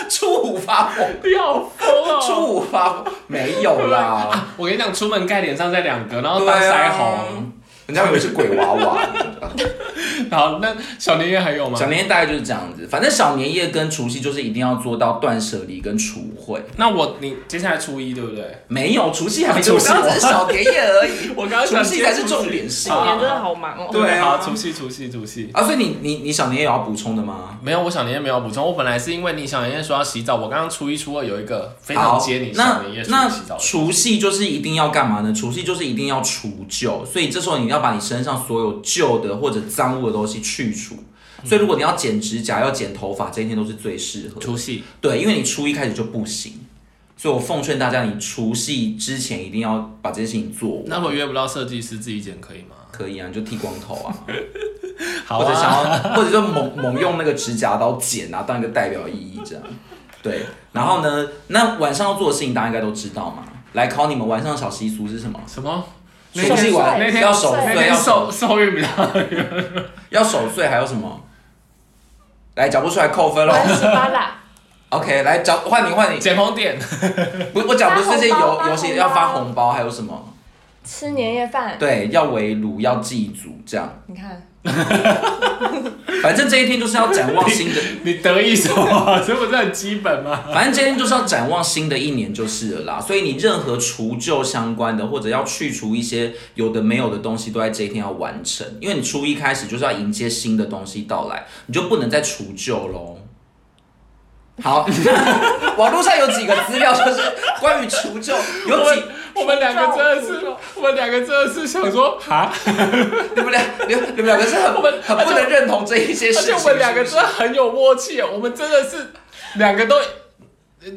Speaker 2: 初五发疯，
Speaker 1: 你好疯哦
Speaker 2: 初五发疯没有啦，
Speaker 1: 我跟你讲，出门盖脸上再两个，然后
Speaker 2: 对
Speaker 1: 当
Speaker 2: 啊
Speaker 1: 腮红。，
Speaker 2: 人家以为是鬼娃娃。
Speaker 1: 好，那小年夜还有吗
Speaker 2: 小？年夜大概就是这样子，反正小年夜跟除夕就是一定要做到断舍离跟除秽，
Speaker 1: 那我你接下来初一对不对？
Speaker 2: 没有除夕还没
Speaker 1: 啊除
Speaker 2: 除
Speaker 1: 夕
Speaker 2: 夕，只是小年夜而已，
Speaker 1: 我刚刚
Speaker 2: 除
Speaker 1: 想
Speaker 2: 夕才是重点性
Speaker 3: 今
Speaker 1: 啊
Speaker 2: 啊！
Speaker 3: 年真的好忙哦。
Speaker 2: 对
Speaker 1: 好，
Speaker 2: 啊
Speaker 1: 除夕除夕除夕。
Speaker 2: 所以你你你小年夜有要补充的吗？
Speaker 1: 没有，我小年夜没有补充。我本来是因为你小年夜说要洗澡，我刚刚初一初二有一个非常
Speaker 2: 好，
Speaker 1: 接你小
Speaker 2: 那
Speaker 1: 年夜说
Speaker 2: 那
Speaker 1: 洗澡的。
Speaker 2: 除夕就是一定要干嘛呢？除夕就是一定要除旧，所以这时候你要把你身上所有旧的或者脏污的东西去除。所以如果你要剪指甲、要剪头发，这一天都是最适合的。
Speaker 1: 除夕
Speaker 2: 对，因为你初一开始就不行，所以我奉劝大家，你除夕之前一定要把这件事情做完。
Speaker 1: 那如果约不到设计师自己剪可以吗？
Speaker 2: 可以啊，你就剃光头啊，
Speaker 1: 好
Speaker 2: 或者想
Speaker 1: 啊，
Speaker 2: 要，或者就猛猛用那个指甲刀剪啊，当一个代表意义这样。对，然后呢，那晚上要做的事情大家应该都知道嘛。来考你们晚上的小习俗是什么？
Speaker 1: 什么？
Speaker 2: 除
Speaker 1: 那天
Speaker 2: 夕晚
Speaker 1: 那天
Speaker 2: 要守
Speaker 1: 那
Speaker 2: 岁，
Speaker 1: 天
Speaker 2: 要
Speaker 1: 受
Speaker 2: 守
Speaker 1: 受孕比较
Speaker 2: 要守岁，还有什么？来，讲不出来扣分喽。
Speaker 3: 玩十八啦，
Speaker 2: OK，来讲换你换你，
Speaker 1: 剪红点，
Speaker 2: 不我讲不是这些
Speaker 3: 发红
Speaker 2: 游
Speaker 3: 包
Speaker 2: 游戏
Speaker 3: 发红包
Speaker 2: 要发红包，还有什么？
Speaker 3: 吃年夜饭。
Speaker 2: 对，要围炉，要祭祖，这样。
Speaker 3: 你看，
Speaker 2: 反正这一天就是要展望新的，
Speaker 1: 你得意什么？ 这不是很基本吗？
Speaker 2: 反正今天就是要展望新的一年就是了啦，所以你任何除旧相关的，或者要去除一些有的没有的东西，都在这一天要完成。因为你初一开始就是要迎接新的东西到来，你就不能再除旧喽。好， 网络上有几个资料就是关于除旧，有
Speaker 1: 我
Speaker 2: 几
Speaker 1: 们我们两个真的是，我们两个真的是想说哈，
Speaker 2: 你们俩你们你们两个是 很很不能认同这一些
Speaker 1: 而
Speaker 2: 事
Speaker 1: 且
Speaker 2: 情，
Speaker 1: 我们两个
Speaker 2: 是
Speaker 1: 真
Speaker 2: 不是
Speaker 1: 的很有默契，哦我们真的是两个都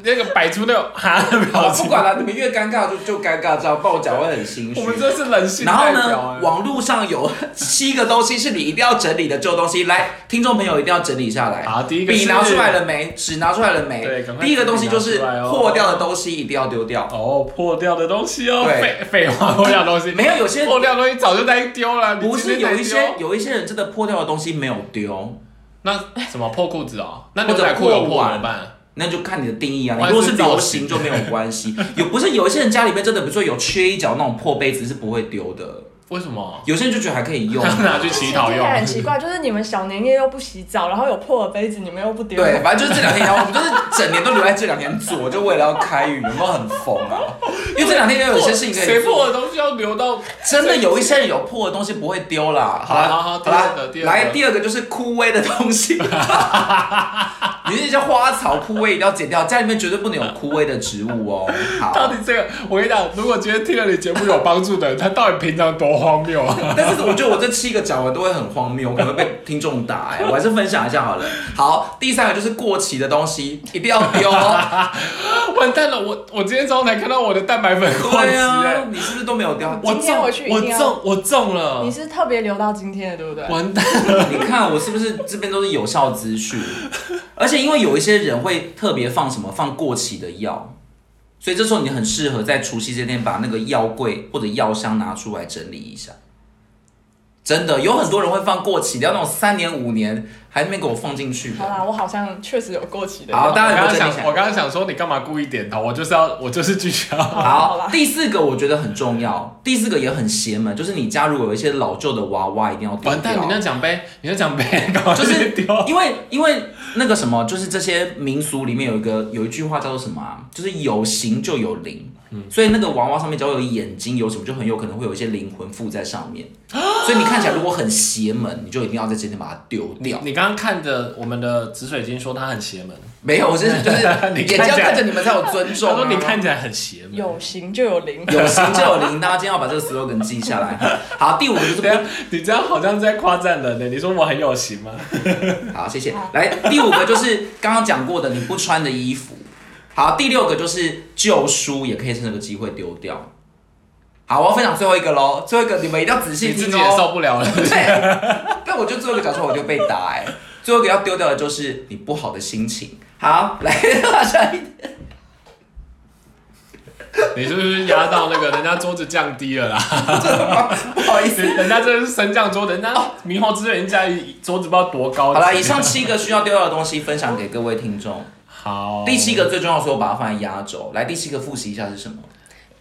Speaker 1: 那个摆出那种哈的
Speaker 2: 好
Speaker 1: 表
Speaker 2: 不
Speaker 1: 情。
Speaker 2: 管了，你们越尴尬就就尴尬，这样，不然我讲会很心虚。
Speaker 1: 我们真的是人性
Speaker 2: 然后
Speaker 1: 代
Speaker 2: 呢，
Speaker 1: 表哎。
Speaker 2: 网络上有七个东西是你一定要整理的旧东西，来，听众朋友一定要整理下来。
Speaker 1: 好第一个
Speaker 2: 笔
Speaker 1: 是
Speaker 2: 拿出来了没？纸拿出来了没
Speaker 1: 对赶？快
Speaker 2: 第一个东西就是
Speaker 1: 笔拿出来哦
Speaker 2: 破掉的东西一定要丢掉。
Speaker 1: 哦，破掉的东西哦，
Speaker 2: 对
Speaker 1: 废废话，破掉的东 西
Speaker 2: 没有有些
Speaker 1: 破掉的东西早就该丢了，你
Speaker 2: 不
Speaker 1: 今
Speaker 2: 是
Speaker 1: 天才
Speaker 2: 有一些
Speaker 1: 丢
Speaker 2: 有一些人真的破掉的东西没有丢，
Speaker 1: 那什么破裤子哦，那
Speaker 2: 或
Speaker 1: 牛
Speaker 2: 者
Speaker 1: 仔裤有
Speaker 2: 破
Speaker 1: 破
Speaker 2: 碗
Speaker 1: 怎么办？
Speaker 2: 那就看你的定义啊。
Speaker 1: 我
Speaker 2: 你
Speaker 1: 还
Speaker 2: 如果
Speaker 1: 是
Speaker 2: 是
Speaker 1: 造
Speaker 2: 流
Speaker 1: 型
Speaker 2: 行就没有关系， 有不是有一些人家里面真的，比如说有缺一角那种破杯子是不会丢的，
Speaker 1: 为什么？
Speaker 2: 有些人就觉得还可以用。
Speaker 1: 他拿去乞
Speaker 3: 其实
Speaker 1: 讨
Speaker 3: 听起
Speaker 1: 用。
Speaker 3: 来很奇怪，就是你们小年夜又不洗澡，然后有破了杯子，你们又不丢。
Speaker 2: 对，反正就是这两天，然后我们就是整年都留在这两天做，就为了要开运，有没有很疯啊？因为这两天又有一些事情可
Speaker 1: 谁
Speaker 2: 以
Speaker 1: 破
Speaker 2: 做，
Speaker 1: 的东西要留到
Speaker 2: 真的有一些人有破的东西不会丢啦。好啦，
Speaker 1: 好好好
Speaker 2: 啦
Speaker 1: 第二个第二个
Speaker 2: 来第二个就是枯萎的东 西，你那些花草枯萎一定要剪掉，家里面绝对不能有枯萎的植物哦。
Speaker 1: 到
Speaker 2: 好
Speaker 1: 底，这个，我跟你讲，如果今天听了你节目有帮助的人，他到底平常多荒谬啊！
Speaker 2: 但是我觉得我这七个讲完都会很荒谬，我可能会被听众打哎、我还是分享一下好了。好，第三个就是过期的东西一定要丢哦。
Speaker 1: 完蛋了，我我今天早上才看到我的蛋白粉过期、
Speaker 2: 对啊
Speaker 1: 欸，，
Speaker 2: 你是不是都没有丢？
Speaker 1: 我
Speaker 3: 今天
Speaker 1: 中，
Speaker 3: 回去
Speaker 1: 我
Speaker 3: 一定要
Speaker 1: 中，我中了
Speaker 3: 你，是特别留到今天的，对不对？
Speaker 1: 完蛋！
Speaker 2: 你看我是不是这边都是有效 资讯？而且因为有一些人会特别放什么放过期的药，所以这时候你很适合在除夕这天把那个药柜或者药箱拿出来整理一下。真的有很多人会放过期的，要那种三年五年还没给我放进去
Speaker 3: 好啦，
Speaker 2: 的。
Speaker 3: 我好像确实有过期的。
Speaker 2: 好
Speaker 1: 我
Speaker 2: 大家
Speaker 1: 刚
Speaker 2: 有没有
Speaker 1: 刚
Speaker 2: 整理起
Speaker 1: 想，
Speaker 2: 来
Speaker 1: 我刚刚想说你干嘛故意点头？我就是要，我就是继续要。
Speaker 3: 好
Speaker 2: 好
Speaker 3: 啦，，
Speaker 2: 第四个我觉得很重要，第四个也很邪门，就是你家如果有一些老旧的娃娃，一定要丢
Speaker 1: 完蛋！你
Speaker 2: 掉
Speaker 1: 那。奖杯，你那 奖杯干嘛？
Speaker 2: 就是
Speaker 1: 丢。
Speaker 2: 因为因为那个什么，就是这些民俗里面有一个有一句话叫做什么啊？就是有形就有灵，
Speaker 1: 嗯
Speaker 2: 所以那个娃娃上面只要有眼睛有什么，就很有可能会有 一些灵魂附在上面。所以你看起来如果很邪门，你就一定要在今天把它丢掉。
Speaker 1: 你刚刚刚看着我们的紫水晶说他很邪门，
Speaker 2: 没有，我真是就是
Speaker 1: 你看
Speaker 2: 眼睛要
Speaker 1: 起来
Speaker 2: 看着你们才有尊
Speaker 1: 他
Speaker 2: 重、啊。
Speaker 1: 说你看起来很邪门。
Speaker 3: 有形就有灵。
Speaker 2: 有形就有灵，大家今天要把这个 slogan 记下来。好，第五个就是
Speaker 1: 对啊， 你这样好像在夸赞人呢。你说我很有型 吗？
Speaker 2: 好，谢谢。来，第五个就是刚刚讲过的，你不穿的衣服。好，第六个就是旧书，也可以趁这个机会丢掉。好，我要分享最后一个喽，最后一个你们一定要仔细
Speaker 1: 你
Speaker 2: 听
Speaker 1: 自
Speaker 2: 哦。
Speaker 1: 己也受不了了。
Speaker 2: 对，但我就最后一个讲出来我就被打哎、最后一个要丢掉的就是你不好的心情。好，来，往下一
Speaker 1: 你是不是压到那个人家桌子降低了啦？
Speaker 2: 不好意思。 哦
Speaker 1: 人家真的是升降桌，人家猕猴之人家桌子不知道多高。
Speaker 2: 好了，以上七个需要丢掉的东西分享给各位听众。
Speaker 1: 哦好，
Speaker 2: 第七个最重要的是我把它放在压轴。来，第七个复习一下是什么？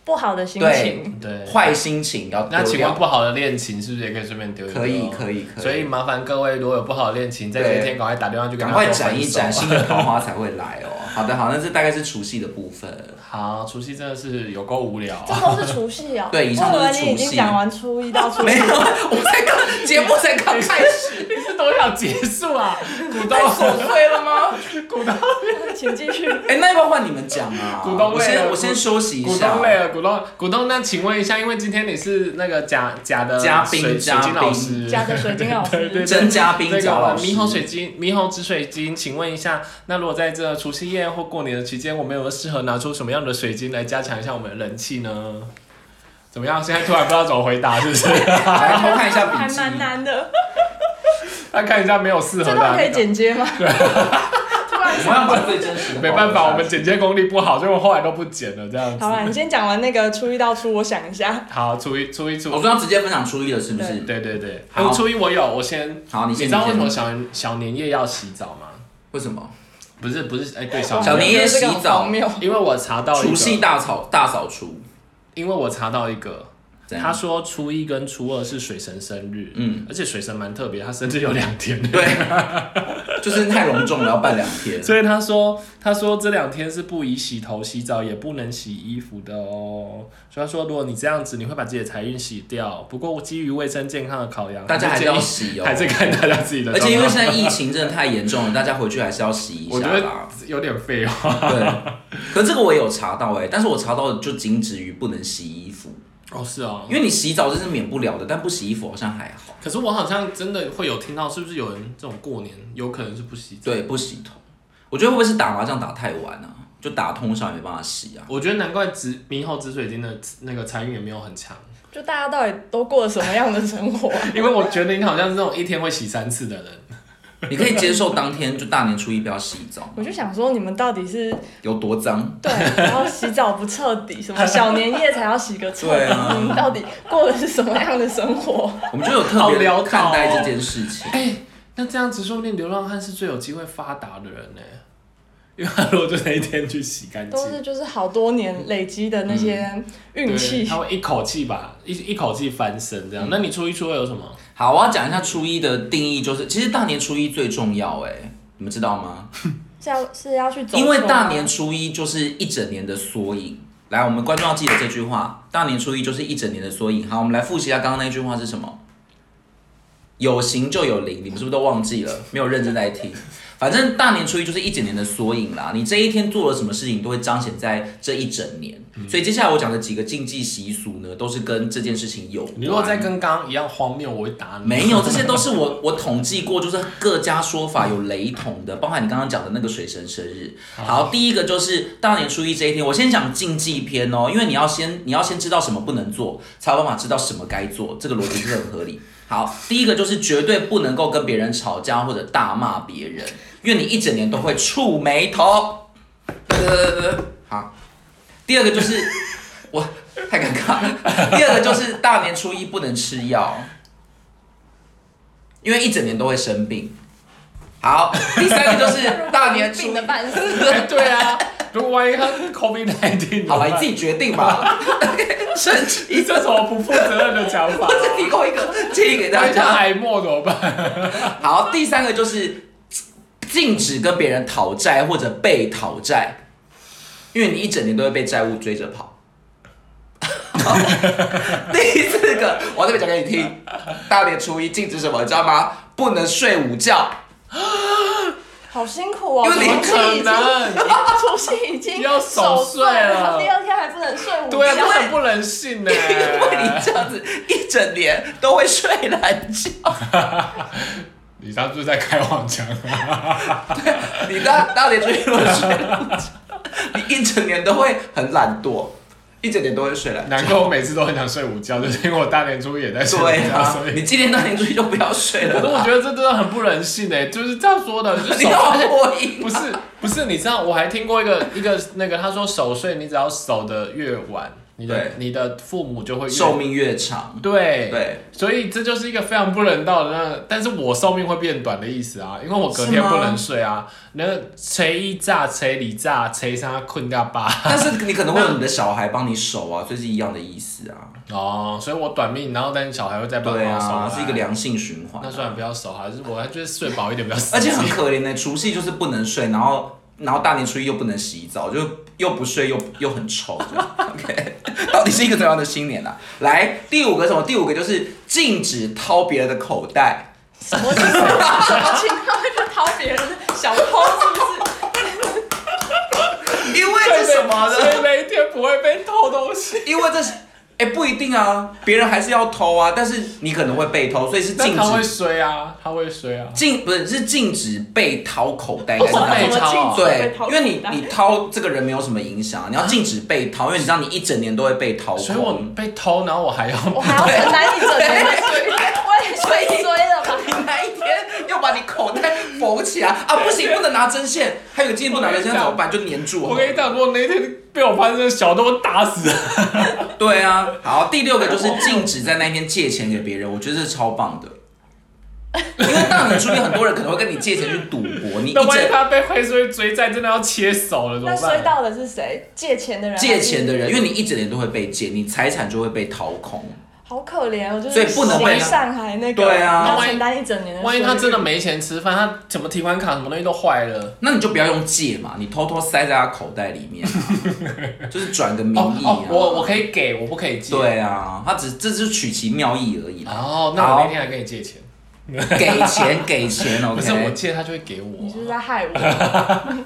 Speaker 3: 不好的心情，
Speaker 1: 对。
Speaker 2: 坏心情要
Speaker 1: 那
Speaker 2: 丢
Speaker 1: 请问
Speaker 2: 掉。
Speaker 1: 不好的恋情是不是也可以顺便丢一丢？
Speaker 2: 可以可以可以
Speaker 1: 所以麻烦各位，如果有不好的恋情，在这一天赶快打电话去跟
Speaker 2: 赶
Speaker 1: 他说
Speaker 2: 快
Speaker 1: 分手
Speaker 2: 展一展，新的桃花才会来 哦。好的，好，那这大概是除夕的部分。
Speaker 1: 好，除夕真的是有够无聊、
Speaker 3: 这
Speaker 1: 啊。
Speaker 3: 都是除夕哦。
Speaker 2: 对以上都
Speaker 3: 我
Speaker 2: 是除
Speaker 3: 以为
Speaker 2: 夕
Speaker 3: 你已经讲完初一到初
Speaker 2: 没有，
Speaker 3: 四，
Speaker 2: 我才刚节目才刚开 始，
Speaker 1: 你是多想结束 啊？股东
Speaker 2: 太，琐碎了吗？
Speaker 1: 股东，
Speaker 3: 请继续。
Speaker 2: 哎、那要不要换你们讲啊？
Speaker 1: 股东累了
Speaker 2: 我先我先休息一
Speaker 1: 股
Speaker 2: 下
Speaker 1: 东。累了，股东，股东。那请问一下，因为今天你是那个假假的
Speaker 2: 嘉宾
Speaker 1: 水水
Speaker 2: 嘉
Speaker 1: 晶
Speaker 2: 宾
Speaker 1: 老师，
Speaker 3: 加着水晶老
Speaker 1: 对对
Speaker 3: 师，
Speaker 2: 真嘉宾
Speaker 1: 这个
Speaker 2: 贾老师，
Speaker 1: 猕猴水晶、猕猴紫水晶，请问一下，那如果在这除夕夜或过年的期间，我们有没有适合拿出什么样的水晶来加强一下我们的人气呢？怎么样？现在突然不知道怎么回答，是不 是？
Speaker 2: 来偷看一下笔
Speaker 3: 还
Speaker 2: 记。
Speaker 3: 蛮难的。
Speaker 1: 那看一下没有适合
Speaker 3: 这
Speaker 1: 的
Speaker 3: 段
Speaker 1: 啊、
Speaker 3: 可以剪接吗？突然
Speaker 2: 我们要把最真实的。
Speaker 1: 没办法，我们。剪接功力不好，所以我后来都不剪了，这样子
Speaker 3: 哦好。啊啦，你先讲完那个初一到初，我想一下。
Speaker 1: 好，初一初一初
Speaker 2: 我说要直接分享初一了，是不是？
Speaker 1: 对对对，
Speaker 2: 好
Speaker 1: 我初一我有，我先。
Speaker 2: 好你先
Speaker 1: 你知道
Speaker 2: 你
Speaker 1: 为
Speaker 2: 先
Speaker 1: 什么小小年夜要洗澡吗？
Speaker 2: 为什么？
Speaker 1: 不是不是，哎、对，
Speaker 3: 哦
Speaker 1: 小
Speaker 2: 小
Speaker 1: 年
Speaker 2: 年
Speaker 1: 夜，
Speaker 2: 夜洗澡
Speaker 3: 没有。
Speaker 1: 因为我查到一
Speaker 2: 除
Speaker 1: 个，
Speaker 2: 夕大扫大扫除。
Speaker 1: 因为我查到一个，
Speaker 2: 怎样
Speaker 1: 他说初一跟初二是水神生日，
Speaker 2: 嗯，
Speaker 1: 而且水神蛮特别，他生日有两天，
Speaker 2: 对，就是太隆重了，要办两天。
Speaker 1: 所以他说他说这两天是不宜洗头、洗澡，也不能洗衣服的哦。所以他说，如果你这样子，你会把自己的财运洗掉。不过基于卫生健康的考量，
Speaker 2: 大家还是
Speaker 1: 建议
Speaker 2: 要洗哦
Speaker 1: 还是看大家自己的
Speaker 2: 而
Speaker 1: 状况。
Speaker 2: 且因为现在疫情真的太严重了，大家回去还是要洗一
Speaker 1: 我觉
Speaker 2: 下
Speaker 1: 得
Speaker 2: 啦。
Speaker 1: 有点废哦话。
Speaker 2: 对，可是这个我也有查到哎、但是我查到的就仅止于不能洗衣服，
Speaker 1: 哦，是啊，
Speaker 2: 因为你洗澡这是免不了的，但不洗衣服好像还好。
Speaker 1: 可是我好像真的会有听到，是不是有人这种过年有可能是不洗澡？
Speaker 2: 对，不洗头，我觉得会不会是打麻将打太晚啊？就打通宵也没办法洗啊。
Speaker 1: 我觉得难怪紫猕猴紫水晶的那个财运也没有很强。
Speaker 3: 就大家到底都过了什么样的生活、啊？
Speaker 1: 因为我觉得你好像是那种一天会洗三次的人，
Speaker 2: 你可以接受当天就大年初一不要洗澡，
Speaker 3: 我就想说，你们到底是
Speaker 2: 有多脏？
Speaker 3: 对，然后洗澡不彻底，什么小年夜才要洗个彻
Speaker 2: 对
Speaker 3: 底，
Speaker 2: 啊
Speaker 3: 你们到底过的是什么样的 生活？
Speaker 2: 我们就有特
Speaker 1: 好
Speaker 2: 别
Speaker 1: 潦
Speaker 2: 地
Speaker 1: 倒
Speaker 2: 看待
Speaker 1: 哦
Speaker 2: 这件事情。
Speaker 1: 那这样子说不定流浪汉是最有机会发达的人呢、因为他如果就那一天去洗干净
Speaker 3: 都，是就是好多年累积的那
Speaker 2: 嗯
Speaker 3: 些运
Speaker 1: 对，
Speaker 3: 气。
Speaker 1: 他会一口气把一一口气翻身
Speaker 2: 嗯
Speaker 1: 这样。那你初一初二有什么？
Speaker 2: 好，我要讲一下初一的定义，就是其实大年初一最重要哎、你们知道吗？
Speaker 3: 是要是要去走，啊
Speaker 2: 因为大年初一就是一整年的缩影。来，我们观众要记得这句话：大年初一就是一整年的缩影。好，我们来复习一下刚刚那句话是什么？有形就有灵，你们是不是都忘记了？没有认真在听。 反正大年初一就是一整年的缩影啦。你这一天做了什么事情，都会彰显在这一整年。
Speaker 1: 嗯
Speaker 2: 所以接下来我讲的几个禁忌习俗呢，都是跟这件事情有关。
Speaker 1: 你如果再跟刚刚一样荒谬，我会打你。
Speaker 2: 没有， 这些都是我 我统计过，就是各家说法有雷同的，包含你刚刚讲的那个水神生日。好，第一个就是大年初一这一天，我先讲禁忌篇哦，因为你要先你要先知道什么不能做，才有办法知道什么该做，这个逻辑是很合理。好，第一个就是绝对不能够跟别人吵架或者大骂别人，因为你一整年都会触眉头。呃，好，第二个就是我太尴尬了。第二个就是大年初一不能吃药，因为一整年都会生病。好，第三个就是大年初
Speaker 3: 病
Speaker 2: 一
Speaker 3: 的半死，
Speaker 1: 哎对啊，如果万一他 COVID 19，
Speaker 2: 好了，你自己决定吧。生气，
Speaker 1: 你这什么不负责任的讲法？啊
Speaker 2: 提供一个建议给 大
Speaker 1: 那像
Speaker 2: 家。
Speaker 1: 海默怎么办？
Speaker 2: 好，第三个就是禁止跟别人讨债或者被讨债，因为你一整年都会被债务追着跑。 第四个，我这边讲给你听，大年初一禁止什么，你知道吗？不能睡午觉。
Speaker 3: 好辛苦哦，
Speaker 2: 因
Speaker 1: 怎
Speaker 2: 为你
Speaker 1: 么
Speaker 3: 除夕
Speaker 1: 可
Speaker 3: 已
Speaker 1: 能？
Speaker 3: 经 除夕已经
Speaker 1: 要守岁
Speaker 3: 睡
Speaker 1: 了
Speaker 3: 第二天还不能睡午 觉。
Speaker 1: 对啊，真的很不人性呢、
Speaker 2: 因为你这样子一整年都会睡懒觉，
Speaker 1: 你当初在开黄腔啊？
Speaker 2: 你大大年初一都会睡懒觉，你一整年都会很懒惰， 一整年都会睡懒 觉。
Speaker 1: 难怪我每次都很想睡午觉，就是因为我大年初一也在睡
Speaker 2: 对
Speaker 1: 午觉，
Speaker 2: 啊
Speaker 1: 所，以
Speaker 2: 你今年大年初一就不要睡了
Speaker 1: 可
Speaker 2: 啦。
Speaker 1: 是我觉得这真的很不人性哎、就是这样说的，就是
Speaker 2: 你
Speaker 1: 守
Speaker 2: 要破音，
Speaker 1: 不是不是，你知道我还听过一个一个那个，他说守岁你只要守的越晚，你的
Speaker 2: 对
Speaker 1: 你的父母就会越
Speaker 2: 寿命越长，
Speaker 1: 对
Speaker 2: 对，
Speaker 1: 所以这就是一个非常不人道的那，但是我寿命会变短的意思啊，因为我隔天
Speaker 2: 是吗
Speaker 1: 不能睡啊，那谁一炸谁里炸谁啥困到八
Speaker 2: 但是你可能会有你的小孩帮你守啊， 所以是一样的意思啊。
Speaker 1: 哦，所以我短命，然后但是小孩会再帮我
Speaker 2: 对
Speaker 1: 守回
Speaker 2: 啊，
Speaker 1: 来，
Speaker 2: 是一个良性循环啊、
Speaker 1: 那算了，不要守，还是我还觉得睡饱一点比较实际，
Speaker 2: 而 且很可怜的、欸除夕就是不能睡，然后然后大年初一又不能洗澡，就又不睡又又很臭这样。OK，到底 是一个怎样的新年啊？来，第五个是什么？第五个就是禁止掏别人的口袋。
Speaker 3: 什么情况？什么情况就掏别人的小偷是不是？
Speaker 2: 因为
Speaker 1: 对
Speaker 2: 这什么
Speaker 1: 所
Speaker 2: 呢？
Speaker 1: 以每一天不会被偷东西。
Speaker 2: 因为这是。哎、不一定啊，别人还是要偷啊，但是你可能会被偷，所以是
Speaker 1: 但
Speaker 2: 禁
Speaker 1: 他会
Speaker 2: 止
Speaker 1: 衰啊，他会衰啊。
Speaker 2: 禁不是是禁止被掏口袋，应
Speaker 3: 为
Speaker 2: 该是
Speaker 3: 什
Speaker 2: 这
Speaker 1: 被
Speaker 2: 样
Speaker 3: 么怎
Speaker 1: 掏
Speaker 3: 么禁止被
Speaker 2: 啊对
Speaker 3: 掏，
Speaker 2: 因为你
Speaker 3: 口袋
Speaker 2: 你掏这个人没有什么影响，你要禁止被掏，因为你知道你一整年都会被掏空。
Speaker 1: 所以我被偷，然后我还要
Speaker 3: 我还要承担一整年的罪， 我也睡衰了吧？
Speaker 2: 你那一天要把你口袋缝起来啊！不行，不能拿针线，还有个进一步拿针线怎么办？就粘 住。
Speaker 1: 我跟你讲，如果那天被我发现小偷，我打死了。
Speaker 2: 对啊，好，第六个就是禁止在那一天借钱给别人，我觉得这是超棒的。因为大年初一，很多人可能会跟你借钱去赌博，你一
Speaker 1: 那万一
Speaker 2: 整
Speaker 1: 他被黑社会追债，真的要切手了，怎
Speaker 3: 那
Speaker 1: 么
Speaker 3: 衰
Speaker 1: 办？
Speaker 3: 到的是谁？借钱的人。
Speaker 2: 借钱的人，因为你一整年都会被借，你财产就会被掏空。
Speaker 3: 好可怜哦，就是
Speaker 2: 所以不能被
Speaker 3: 行善还那个，
Speaker 2: 对啊
Speaker 3: 要承担一整年的。
Speaker 1: 万一他真的，没钱吃饭，他什么提款卡什么东西都坏了。
Speaker 2: 那你就不要用借嘛，你偷偷塞在他口袋里 面啊、就是转个名
Speaker 1: 哦
Speaker 2: 义啊。
Speaker 1: 哦，我我可以给，我不可以借。。
Speaker 2: 对啊，他只这就是取其妙义而 已啦。
Speaker 1: 哦，那我
Speaker 2: 好
Speaker 1: 那天还跟你借钱，
Speaker 2: 给钱给 钱
Speaker 1: 不是我
Speaker 2: ，OK。
Speaker 1: 借他就会给我
Speaker 3: 你是不是在害
Speaker 2: 嗯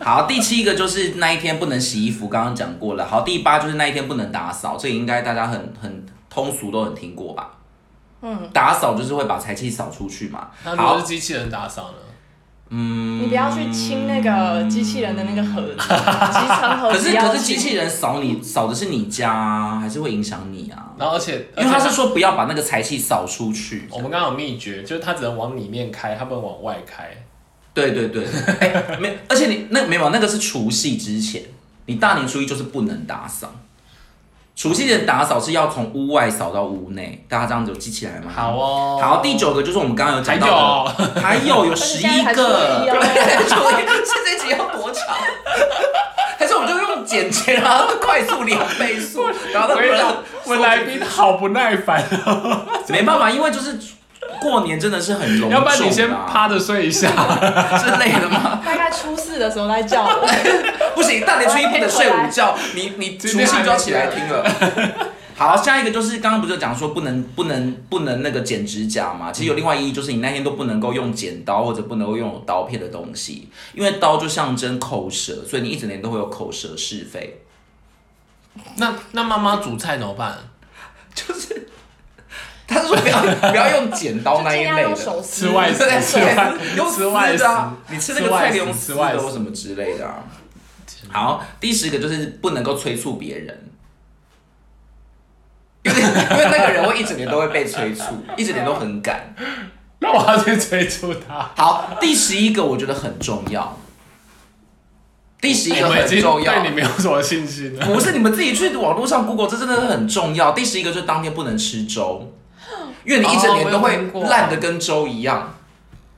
Speaker 3: 我？
Speaker 2: 好，第七个就是那一天不能洗衣服，刚刚讲过了。好，第八就是那一天不能打扫，这个应该大家很很通俗都很听过吧？
Speaker 3: 嗯，
Speaker 2: 打扫就是会把财气扫出去嘛。
Speaker 1: 那如果
Speaker 2: 好
Speaker 1: 是，机器人打扫呢？
Speaker 2: 嗯，
Speaker 3: 你不要去清那个机器人的那个盒 子，集成盒
Speaker 2: 可
Speaker 3: 子
Speaker 2: 是
Speaker 3: 要清。
Speaker 2: 可是机器人扫你扫的是你家、啊，还是会影响你啊？
Speaker 1: 然后而且
Speaker 2: 因为他是说不要把那个财气扫出去。
Speaker 1: 我们刚刚有秘诀，就是它只能往里面开，它不能往外开。
Speaker 2: 对对 对，哎没，而且你那没有那个是除夕之前，你大年初一就是不能打扫。除夕的打扫是要从屋外扫到屋内，大家这样子有记起来吗？
Speaker 1: 好哦，
Speaker 2: 好，第九个就是我们刚刚有
Speaker 1: 还
Speaker 2: 讲
Speaker 1: 有
Speaker 2: 到
Speaker 1: 哦，
Speaker 2: 的，还有有
Speaker 3: 而且
Speaker 2: 十
Speaker 3: 现在
Speaker 2: 一
Speaker 3: 才
Speaker 2: 个，
Speaker 3: 初一哦
Speaker 2: 对，所以是这集要多长？还是我们就用简洁，然后快速两倍速，然
Speaker 1: 我
Speaker 2: 后让
Speaker 1: 跟你讲，
Speaker 2: 不
Speaker 1: 我来宾好不耐烦 哦，
Speaker 2: 没办法，因为就是过年真的是很隆重、啊，
Speaker 1: 要不然你先趴着睡一下。
Speaker 2: 之类的吗？
Speaker 3: 大概初四的时候来叫我，
Speaker 2: 不行，大年初一不能睡午觉，你你除
Speaker 1: 今天
Speaker 2: 夕
Speaker 1: 还没
Speaker 2: 就要起来听了。好，下一个就是刚刚不就讲说不能不能不能那个剪指甲嘛？其实有另外意义，就是你那天都不能够用剪刀或者不能够用有刀片的东西，因为刀就象征口舌，所以你一整年都会有口舌是非。
Speaker 1: 那那妈妈煮菜怎么办？
Speaker 2: 就是他是说不要不要用剪刀
Speaker 3: 就
Speaker 2: 那一
Speaker 3: 尽量
Speaker 2: 类
Speaker 3: 用
Speaker 2: 的，
Speaker 3: 手撕
Speaker 1: 吃。外食，
Speaker 2: 对
Speaker 1: 吃外
Speaker 2: 用
Speaker 1: 吃外
Speaker 2: 撕
Speaker 1: 食
Speaker 2: 的、啊，，你吃那个
Speaker 1: 吃外
Speaker 2: 菜
Speaker 1: 食
Speaker 2: 得用撕
Speaker 1: 吃外
Speaker 2: 的
Speaker 1: 食
Speaker 2: 或什么之类的、啊。好，第十个就是不能够催促别人，因为因为那个人会一整年都会被催促，一整年都很赶。
Speaker 1: 那我要去催促他。
Speaker 2: 好，第十一个我觉得很重要，第十一个
Speaker 1: 我已
Speaker 2: 很
Speaker 1: 经
Speaker 2: 重要。
Speaker 1: 对你没有什么信心了。
Speaker 2: 不是你们自己去网络上 Google，这真的是很重要。第十一个就是当天不能吃粥，因为你一整年都
Speaker 1: 哦我有听过
Speaker 2: 会烂的跟粥一样。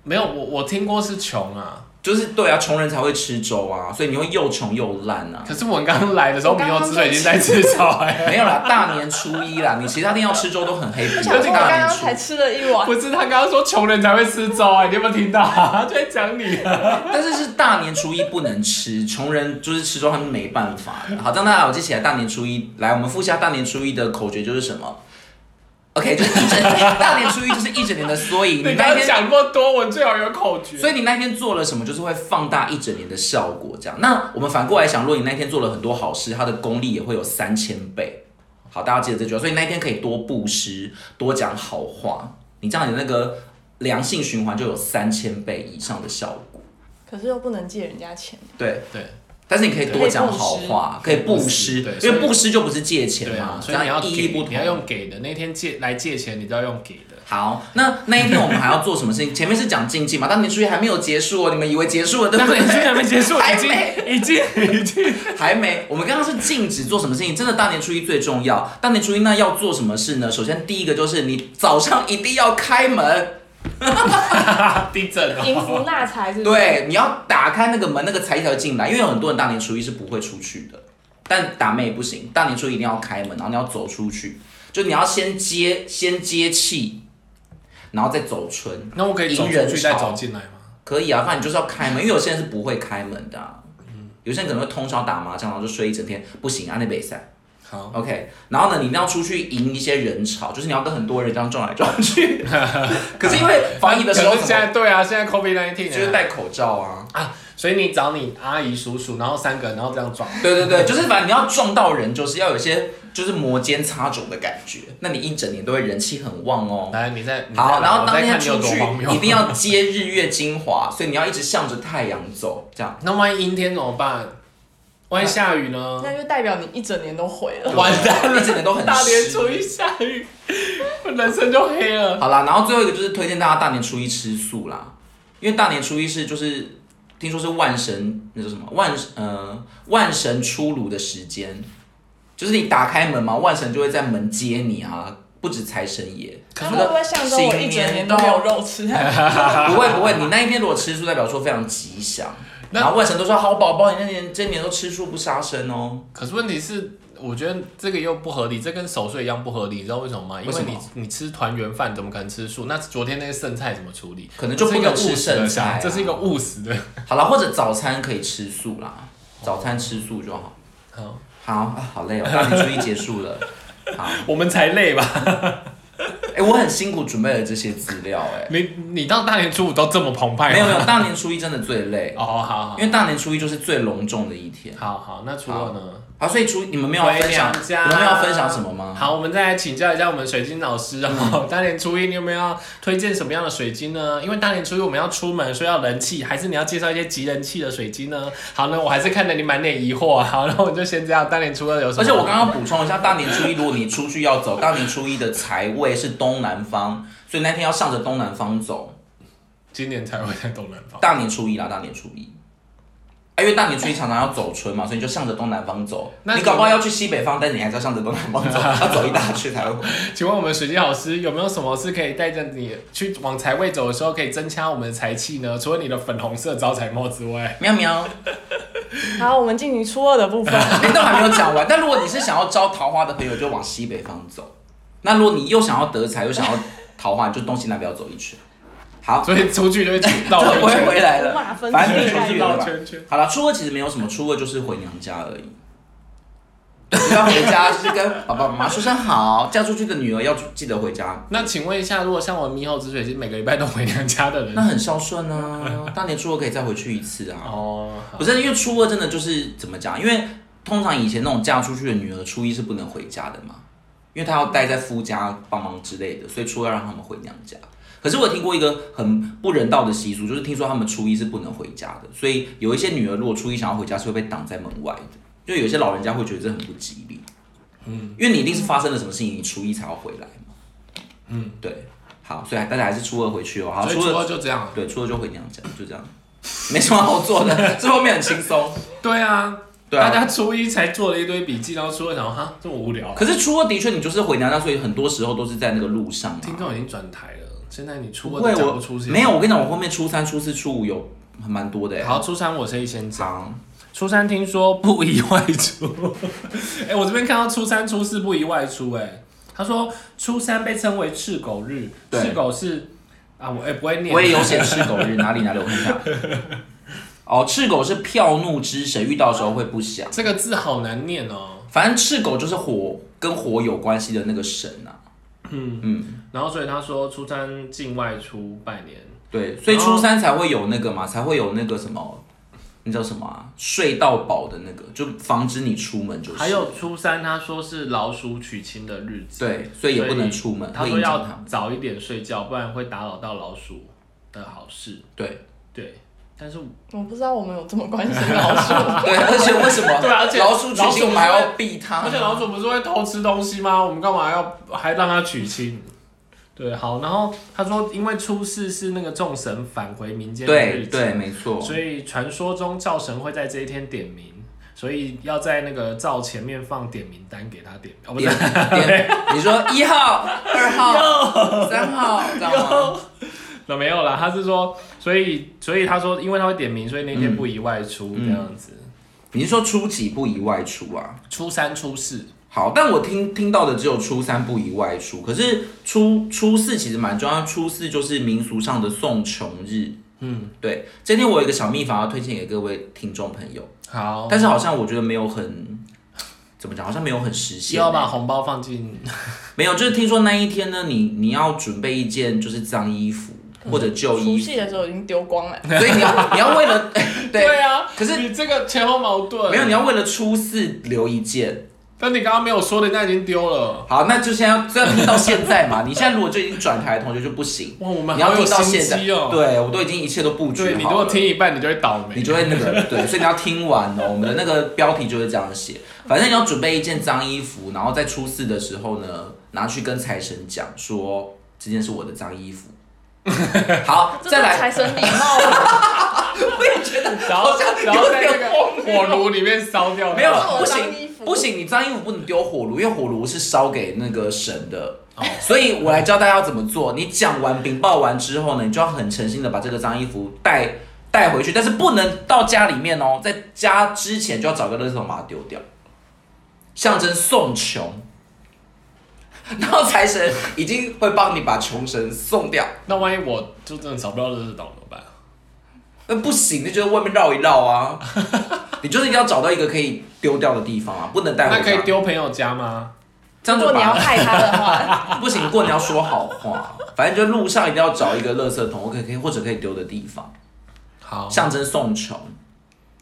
Speaker 1: 没有，我我听过是穷啊，
Speaker 2: 就是对啊，穷人才会吃粥啊，所以你会又穷又烂啊。
Speaker 1: 可是我刚来的时候，
Speaker 3: 我
Speaker 1: 米
Speaker 3: 刚
Speaker 1: 有
Speaker 3: 刚
Speaker 1: 之水已经在吃早哎。
Speaker 2: 没有 啦，大年初一啦，你其他天要吃粥都很黑皮。啊
Speaker 3: 我想说，我
Speaker 2: 大
Speaker 3: 刚
Speaker 2: 年
Speaker 3: 刚
Speaker 2: 初
Speaker 3: 才吃了一碗
Speaker 1: 不，是他刚刚说穷人才会吃粥哎、你有没有听到、他就在讲你啊。
Speaker 2: 但是是大年初一不能吃，穷人就是吃粥他们没办法。好，让大家有记起来，大年初一来，我们复习一下大年初一的口诀就是什么？ OK，就是一整 大年初一就是一整年的缩
Speaker 1: 你
Speaker 2: 影。你
Speaker 1: 刚
Speaker 2: 那
Speaker 1: 刚
Speaker 2: 一天，
Speaker 1: 讲那么多，我最好有口诀。
Speaker 2: 所以你那天做了什么，就是会放大一整年的效果。这样，那我们反过来想，如果你那天做了很多好事，它的功力也会有三千倍。好，大家记得这句话。所以你那天可以多布施，多讲好话，你这样你的那个良性循环就有三千倍以上的效果。
Speaker 3: 可是又不能借人家钱。
Speaker 2: 对，
Speaker 1: 对
Speaker 2: 但是你可以多讲好话，可
Speaker 1: 可以
Speaker 2: 以
Speaker 1: 布
Speaker 2: 布
Speaker 1: 施
Speaker 2: 施
Speaker 1: 对，
Speaker 2: 因为布施就不是借钱
Speaker 1: 对啊
Speaker 2: 嘛，，
Speaker 1: 所以你要
Speaker 2: 这样意义
Speaker 1: 给，
Speaker 2: 不同。
Speaker 1: 你要用给的。那天借来借钱，你都要用给的。
Speaker 2: 好，那那一天我们还要做什么事情？前面是讲禁忌嘛，但年初一还没有结束哦，你们以为结束了对
Speaker 1: 那
Speaker 2: 不
Speaker 1: 你居
Speaker 2: 对？
Speaker 1: 然没结束，已
Speaker 2: 还
Speaker 1: 经
Speaker 2: 没
Speaker 1: 已经已经，
Speaker 2: 还没，我们刚刚是禁止做什么事情，真的大年初一最重要。大年初一那要做什么事呢？首先第一个就是你早上一定要开门，
Speaker 1: 地震了。
Speaker 3: 迎福纳财是不是？，
Speaker 2: 对，你要打开那个门，那个财才会进来，因为有很多人大年初一是不会出去的，但打妹不行，大年初一一定要开门，然后你要走出去，就你要先接先接气，然后再走春。
Speaker 1: 那我可以走
Speaker 2: 迎
Speaker 1: 出
Speaker 2: 人
Speaker 1: 去再
Speaker 2: 潮
Speaker 1: 走进来吗？
Speaker 2: 可以啊，反正你就是要开门，因为有些人是不会开门的啊、有些人可能会通宵打麻将，然后就睡一整天，不行，啊安内北塞。
Speaker 1: 好，
Speaker 2: OK，然后呢，你一定要出去迎一些人潮，就是你要跟很多人这样撞来撞 去。可是因为防疫的时候
Speaker 1: 可是现
Speaker 2: 怎么，
Speaker 1: 在对啊，现在 COVID 1 9
Speaker 2: 就是戴口罩啊。
Speaker 1: 啊，所以你找你阿姨、叔叔，然后三个，然后这样撞。
Speaker 2: 对对对，就是反正你要撞到人，就是要有一些就是摩肩擦踵的感觉，那你一整年都会人气很旺哦。
Speaker 1: 来，你再你再
Speaker 2: 好，然后
Speaker 1: 嗯我再
Speaker 2: 当天
Speaker 1: 看你有
Speaker 2: 出
Speaker 1: 多
Speaker 2: 去
Speaker 1: 荒谬
Speaker 2: 一定。要接日月精华，所以你要一直向着太阳走，这样。
Speaker 1: 那万一阴天怎么办？万一下雨呢？
Speaker 3: 那就代表你一整年都毁 了。
Speaker 1: 完蛋了，
Speaker 2: 一整年都很
Speaker 1: 大年
Speaker 2: 湿
Speaker 1: 初一下雨，我人生就黑了。
Speaker 2: 好啦，然后最后一个就是推荐大家大年初一吃素啦，因为大年初一是就是听说是万神那叫什么万呃万神出炉的时间，就是你打开门嘛，万神就会在门接你啊，不止财神爷。
Speaker 3: 那会不会象征我一整年都没有肉吃？
Speaker 2: 不会不会，你那一天如果吃素，代表说非常吉祥。
Speaker 1: 那
Speaker 2: 然后万神都说好宝宝，你那年这年都吃素不杀生哦。
Speaker 1: 可是问题是，我觉得这个又不合理，这跟守岁一样不合理，你知道为什么吗？因
Speaker 2: 为什么
Speaker 1: 你你吃团圆饭怎么可能吃素？那昨天那个剩菜怎么处理？
Speaker 2: 可能就不
Speaker 1: 这是一个
Speaker 2: 能
Speaker 1: 务
Speaker 2: 吃
Speaker 1: 实的
Speaker 2: 剩菜啊
Speaker 1: 想这是一个务实的。
Speaker 2: 好了，或者早餐可以吃素啦，早餐吃素就好。
Speaker 1: 好，
Speaker 2: 好啊，好累哦，大年初一结束了。好，
Speaker 1: 我们才累吧？
Speaker 2: 哎、我很辛苦准备了这些资料、哎。
Speaker 1: 你你到大年初五都这么澎湃吗？
Speaker 2: 没有没有，大年初一真的最累，
Speaker 1: 哦，好好
Speaker 2: 因为大年初一就是最隆重的一天。
Speaker 1: 好好，那除了呢？
Speaker 2: 好，所以初你们没有要分享，
Speaker 1: 回娘家
Speaker 2: 你们没有要分享什么吗？
Speaker 1: 好，我们再来请教一下我们水晶老师哦。
Speaker 2: 嗯
Speaker 1: 大年初一你有没有要推荐什么样的水晶呢？因为大年初一我们要出门，所以要人气，还是你要介绍一些集人气的水晶呢？好，那我还是看着你满脸疑惑啊。好，那我就先这样。大年初二有什么？
Speaker 2: 而且我刚刚补充一下，大年初一如果你出去要走，大年初一的财位是东南方，所以那天要向着东南方走。
Speaker 1: 今年才会在东南方。
Speaker 2: 大年初一啦，大年初一。哎因为大年初一常常要走春嘛，所以你就向着东南方走。
Speaker 1: 那
Speaker 2: 你搞不好要去西北方，但你还是要向着东南方 走，要走一大圈才会回来。
Speaker 1: 请问我们水晶老师有没有什么是可以带着你去往财位走的时候可以增加我们的财气呢？除了你的粉红色招财帽之外，
Speaker 2: 喵喵，
Speaker 3: 好，我们进行初二的部分。
Speaker 2: 你都还没有讲完。但如果你是想要招桃花的朋友，就往西北方走；那如果你又想要得财，又想要桃花，你就东西南北要走一圈。好，
Speaker 1: 所以出去就会
Speaker 2: 这
Speaker 1: 绕 圈
Speaker 2: 我会
Speaker 1: 圈，
Speaker 2: 回来了
Speaker 3: 五马，分
Speaker 2: 反正你
Speaker 3: 尸
Speaker 2: 出去了
Speaker 1: 绕
Speaker 2: 吧。
Speaker 1: 圈圈。
Speaker 2: 好了，初二其实没有什么，初二就是回娘家而已。要回家就是跟爸爸妈妈说声好，嫁出去的女儿要记得回家，
Speaker 1: 那请问一下，如果像我猕猴紫水晶每个礼拜都回娘家的
Speaker 2: 那
Speaker 1: 人，
Speaker 2: 很孝顺啊。大年初二可以再回去一次啊。
Speaker 1: 哦，
Speaker 2: 不是，因为初二真的就是怎么讲？因为通常以前那种嫁出去的女儿，初一是不能回家的嘛，因为她要待在夫家帮忙之类的，所以初二让他们回娘家。可是我有听过一个很不人道的习俗，就是听说他们初一是不能回家的，所以有一些女儿如果初一想要回家，是会被挡在门外的。就有些老人家会觉得这很不吉利，嗯，因为你一定是发生了什么事情，你初一才要回来嘛，嗯，对，好，所以大家还是初二回去哦，好，
Speaker 1: 所以
Speaker 2: 初
Speaker 1: 初
Speaker 2: 二
Speaker 1: 二就这样啊了。
Speaker 2: 对，初二就回娘家，就这样， 没什么好做的， 这方面很轻松。
Speaker 1: 对啊，
Speaker 2: 对啊
Speaker 1: 大家初一才做了一堆笔记，然后初二想说哈这么无聊。
Speaker 2: 可是初二的确，你就是回娘家，所以很多时候都是在那个路上、啊。
Speaker 1: 听众已经转台了，现在你初
Speaker 2: 不
Speaker 1: 二
Speaker 2: 会，
Speaker 1: 都讲
Speaker 2: 我
Speaker 1: 不出现。
Speaker 2: 没有。我跟你讲，我后面初三、初四、初五有还蛮多的、欸。
Speaker 1: 好，初三我可以先讲。
Speaker 2: 长，
Speaker 1: 初三听说不宜外出， 哎、我这边看到初三、初四不宜外出、哎，他说初三被称为赤狗日，
Speaker 2: 对
Speaker 1: 赤狗是啊，我哎、不会念，
Speaker 2: 我也有写赤狗日，哪里哪里我看一下。哦，赤狗是票怒之神，遇到的时候会不祥。
Speaker 1: 这个字好难念哦。
Speaker 2: 反正赤狗就是火跟火有关系的那个神啊。
Speaker 1: 嗯
Speaker 2: 嗯，
Speaker 1: 然后所以他说初三境外出拜年，
Speaker 2: 对，所以初三才会有那个嘛，才会有那个什么，那叫什么啊？睡到饱的那个，就防止你出门就是。
Speaker 1: 还有初三他说是老鼠娶亲的日子，
Speaker 2: 对，所以也不能出门，
Speaker 1: 他
Speaker 2: 会
Speaker 1: 说
Speaker 2: 影响他
Speaker 1: 要
Speaker 2: 们。
Speaker 1: 早一点睡觉，不然会打扰到老鼠的好事。
Speaker 2: 对
Speaker 1: 对，但是
Speaker 3: 我不知道我们有这么关心老 鼠，
Speaker 2: 对，而且为什么？
Speaker 1: 对而且
Speaker 2: 老鼠娶
Speaker 1: 老鼠
Speaker 2: 亲
Speaker 1: 不
Speaker 2: 还
Speaker 1: 是
Speaker 2: 要
Speaker 1: 会
Speaker 2: 避它，
Speaker 1: 而且老鼠不是会偷吃东西吗？我们干嘛要还让它娶亲？对，好，然后他说，因为初四是那个众神返回民间的
Speaker 2: 对
Speaker 1: 日子，
Speaker 2: 对，没错。
Speaker 1: 所以传说中灶神会在这一天点名，所以要在那个灶前面放点名单给他点，哦不是
Speaker 2: 点，点， 你说一号、二号、三号，知道吗？
Speaker 1: 那 没有啦，他是说，所以所以他说，因为他会点名，所以那天不宜外出、这样子，
Speaker 2: 你是说初几不宜外出啊？
Speaker 1: 初三初四，
Speaker 2: 好，但我听听到的只有初三不宜外出，可是初初四其实蛮重要，初四就是民俗上的送穷日。嗯，对，今天我有一个小秘方要推荐给各位听众朋友，
Speaker 3: 哦
Speaker 1: 好，
Speaker 2: 但是好像我觉得没有很怎么讲，好像没有很实现。
Speaker 3: 哦
Speaker 1: 要把红包放进，
Speaker 2: 没有，就是听说那一天呢，你你要准备一件就是脏衣服或者旧
Speaker 3: 嗯除
Speaker 2: 衣
Speaker 3: 夕
Speaker 2: 服，
Speaker 3: 的时候已经丢光了。
Speaker 2: 所以你要你要为 了对
Speaker 1: 啊，
Speaker 2: 可是
Speaker 1: 你这个前后矛盾，
Speaker 2: 没有，你要为了初四留一件。
Speaker 1: 但你刚刚没有说的，那已经丢了。
Speaker 2: 好，那就现在要这样听到现在嘛。你现在如果就已经转台的同学就不行，
Speaker 1: 哇，我们
Speaker 2: 你
Speaker 1: 好
Speaker 2: 要
Speaker 1: 有
Speaker 2: 听到
Speaker 1: 心
Speaker 2: 现在，
Speaker 1: 机哦。
Speaker 2: 对我都已经一切都布
Speaker 1: 对
Speaker 2: 局
Speaker 1: 你如
Speaker 2: 好
Speaker 1: 果
Speaker 2: 了。
Speaker 1: 听一半，你就会倒霉。
Speaker 2: 你就会那个对，所以你要听完哦。我们的那个标题就是这样写，反正你要准备一件脏衣服，然后在初四的时候呢，拿去跟财神讲说这件是我的脏衣 服。好，
Speaker 3: 这
Speaker 2: 再
Speaker 3: 是
Speaker 2: 来，
Speaker 3: 财神礼貌吗？
Speaker 1: 然后
Speaker 2: 好像
Speaker 1: 然后在
Speaker 2: 有
Speaker 1: 那
Speaker 2: 点
Speaker 1: 个火炉里面烧掉它。
Speaker 2: 没有
Speaker 3: 这是我
Speaker 2: 不
Speaker 3: 的脏
Speaker 2: 行
Speaker 3: 衣服
Speaker 2: 不行，你脏衣服不能丢火炉，因为火炉是烧给那个神的。所以我来教大家要怎么做。你讲完禀报完之后呢，你就要很诚心的把这个脏衣服带带回去，但是不能到家里面哦，在家之前就要找个垃圾桶把它丢掉，象征送穷。然后财神已经会帮你把穷神送掉。
Speaker 1: 那万一我就真的找不到这只岛怎么办？
Speaker 2: 那不行，那就在外面绕一绕啊。你就是一定要找到一个可以丢掉的地方啊，不能带回
Speaker 1: 那
Speaker 2: 家。
Speaker 1: 可以，丢朋友家吗？
Speaker 2: 这样
Speaker 3: 如
Speaker 2: 就
Speaker 3: 果你
Speaker 2: 把
Speaker 3: 要害他的话，
Speaker 2: 不行，过年要说好话，反正就路上一定要找一个垃圾桶，我可以可以或者可以丢的地方，
Speaker 3: 哦
Speaker 1: 好，
Speaker 2: 象征送穷。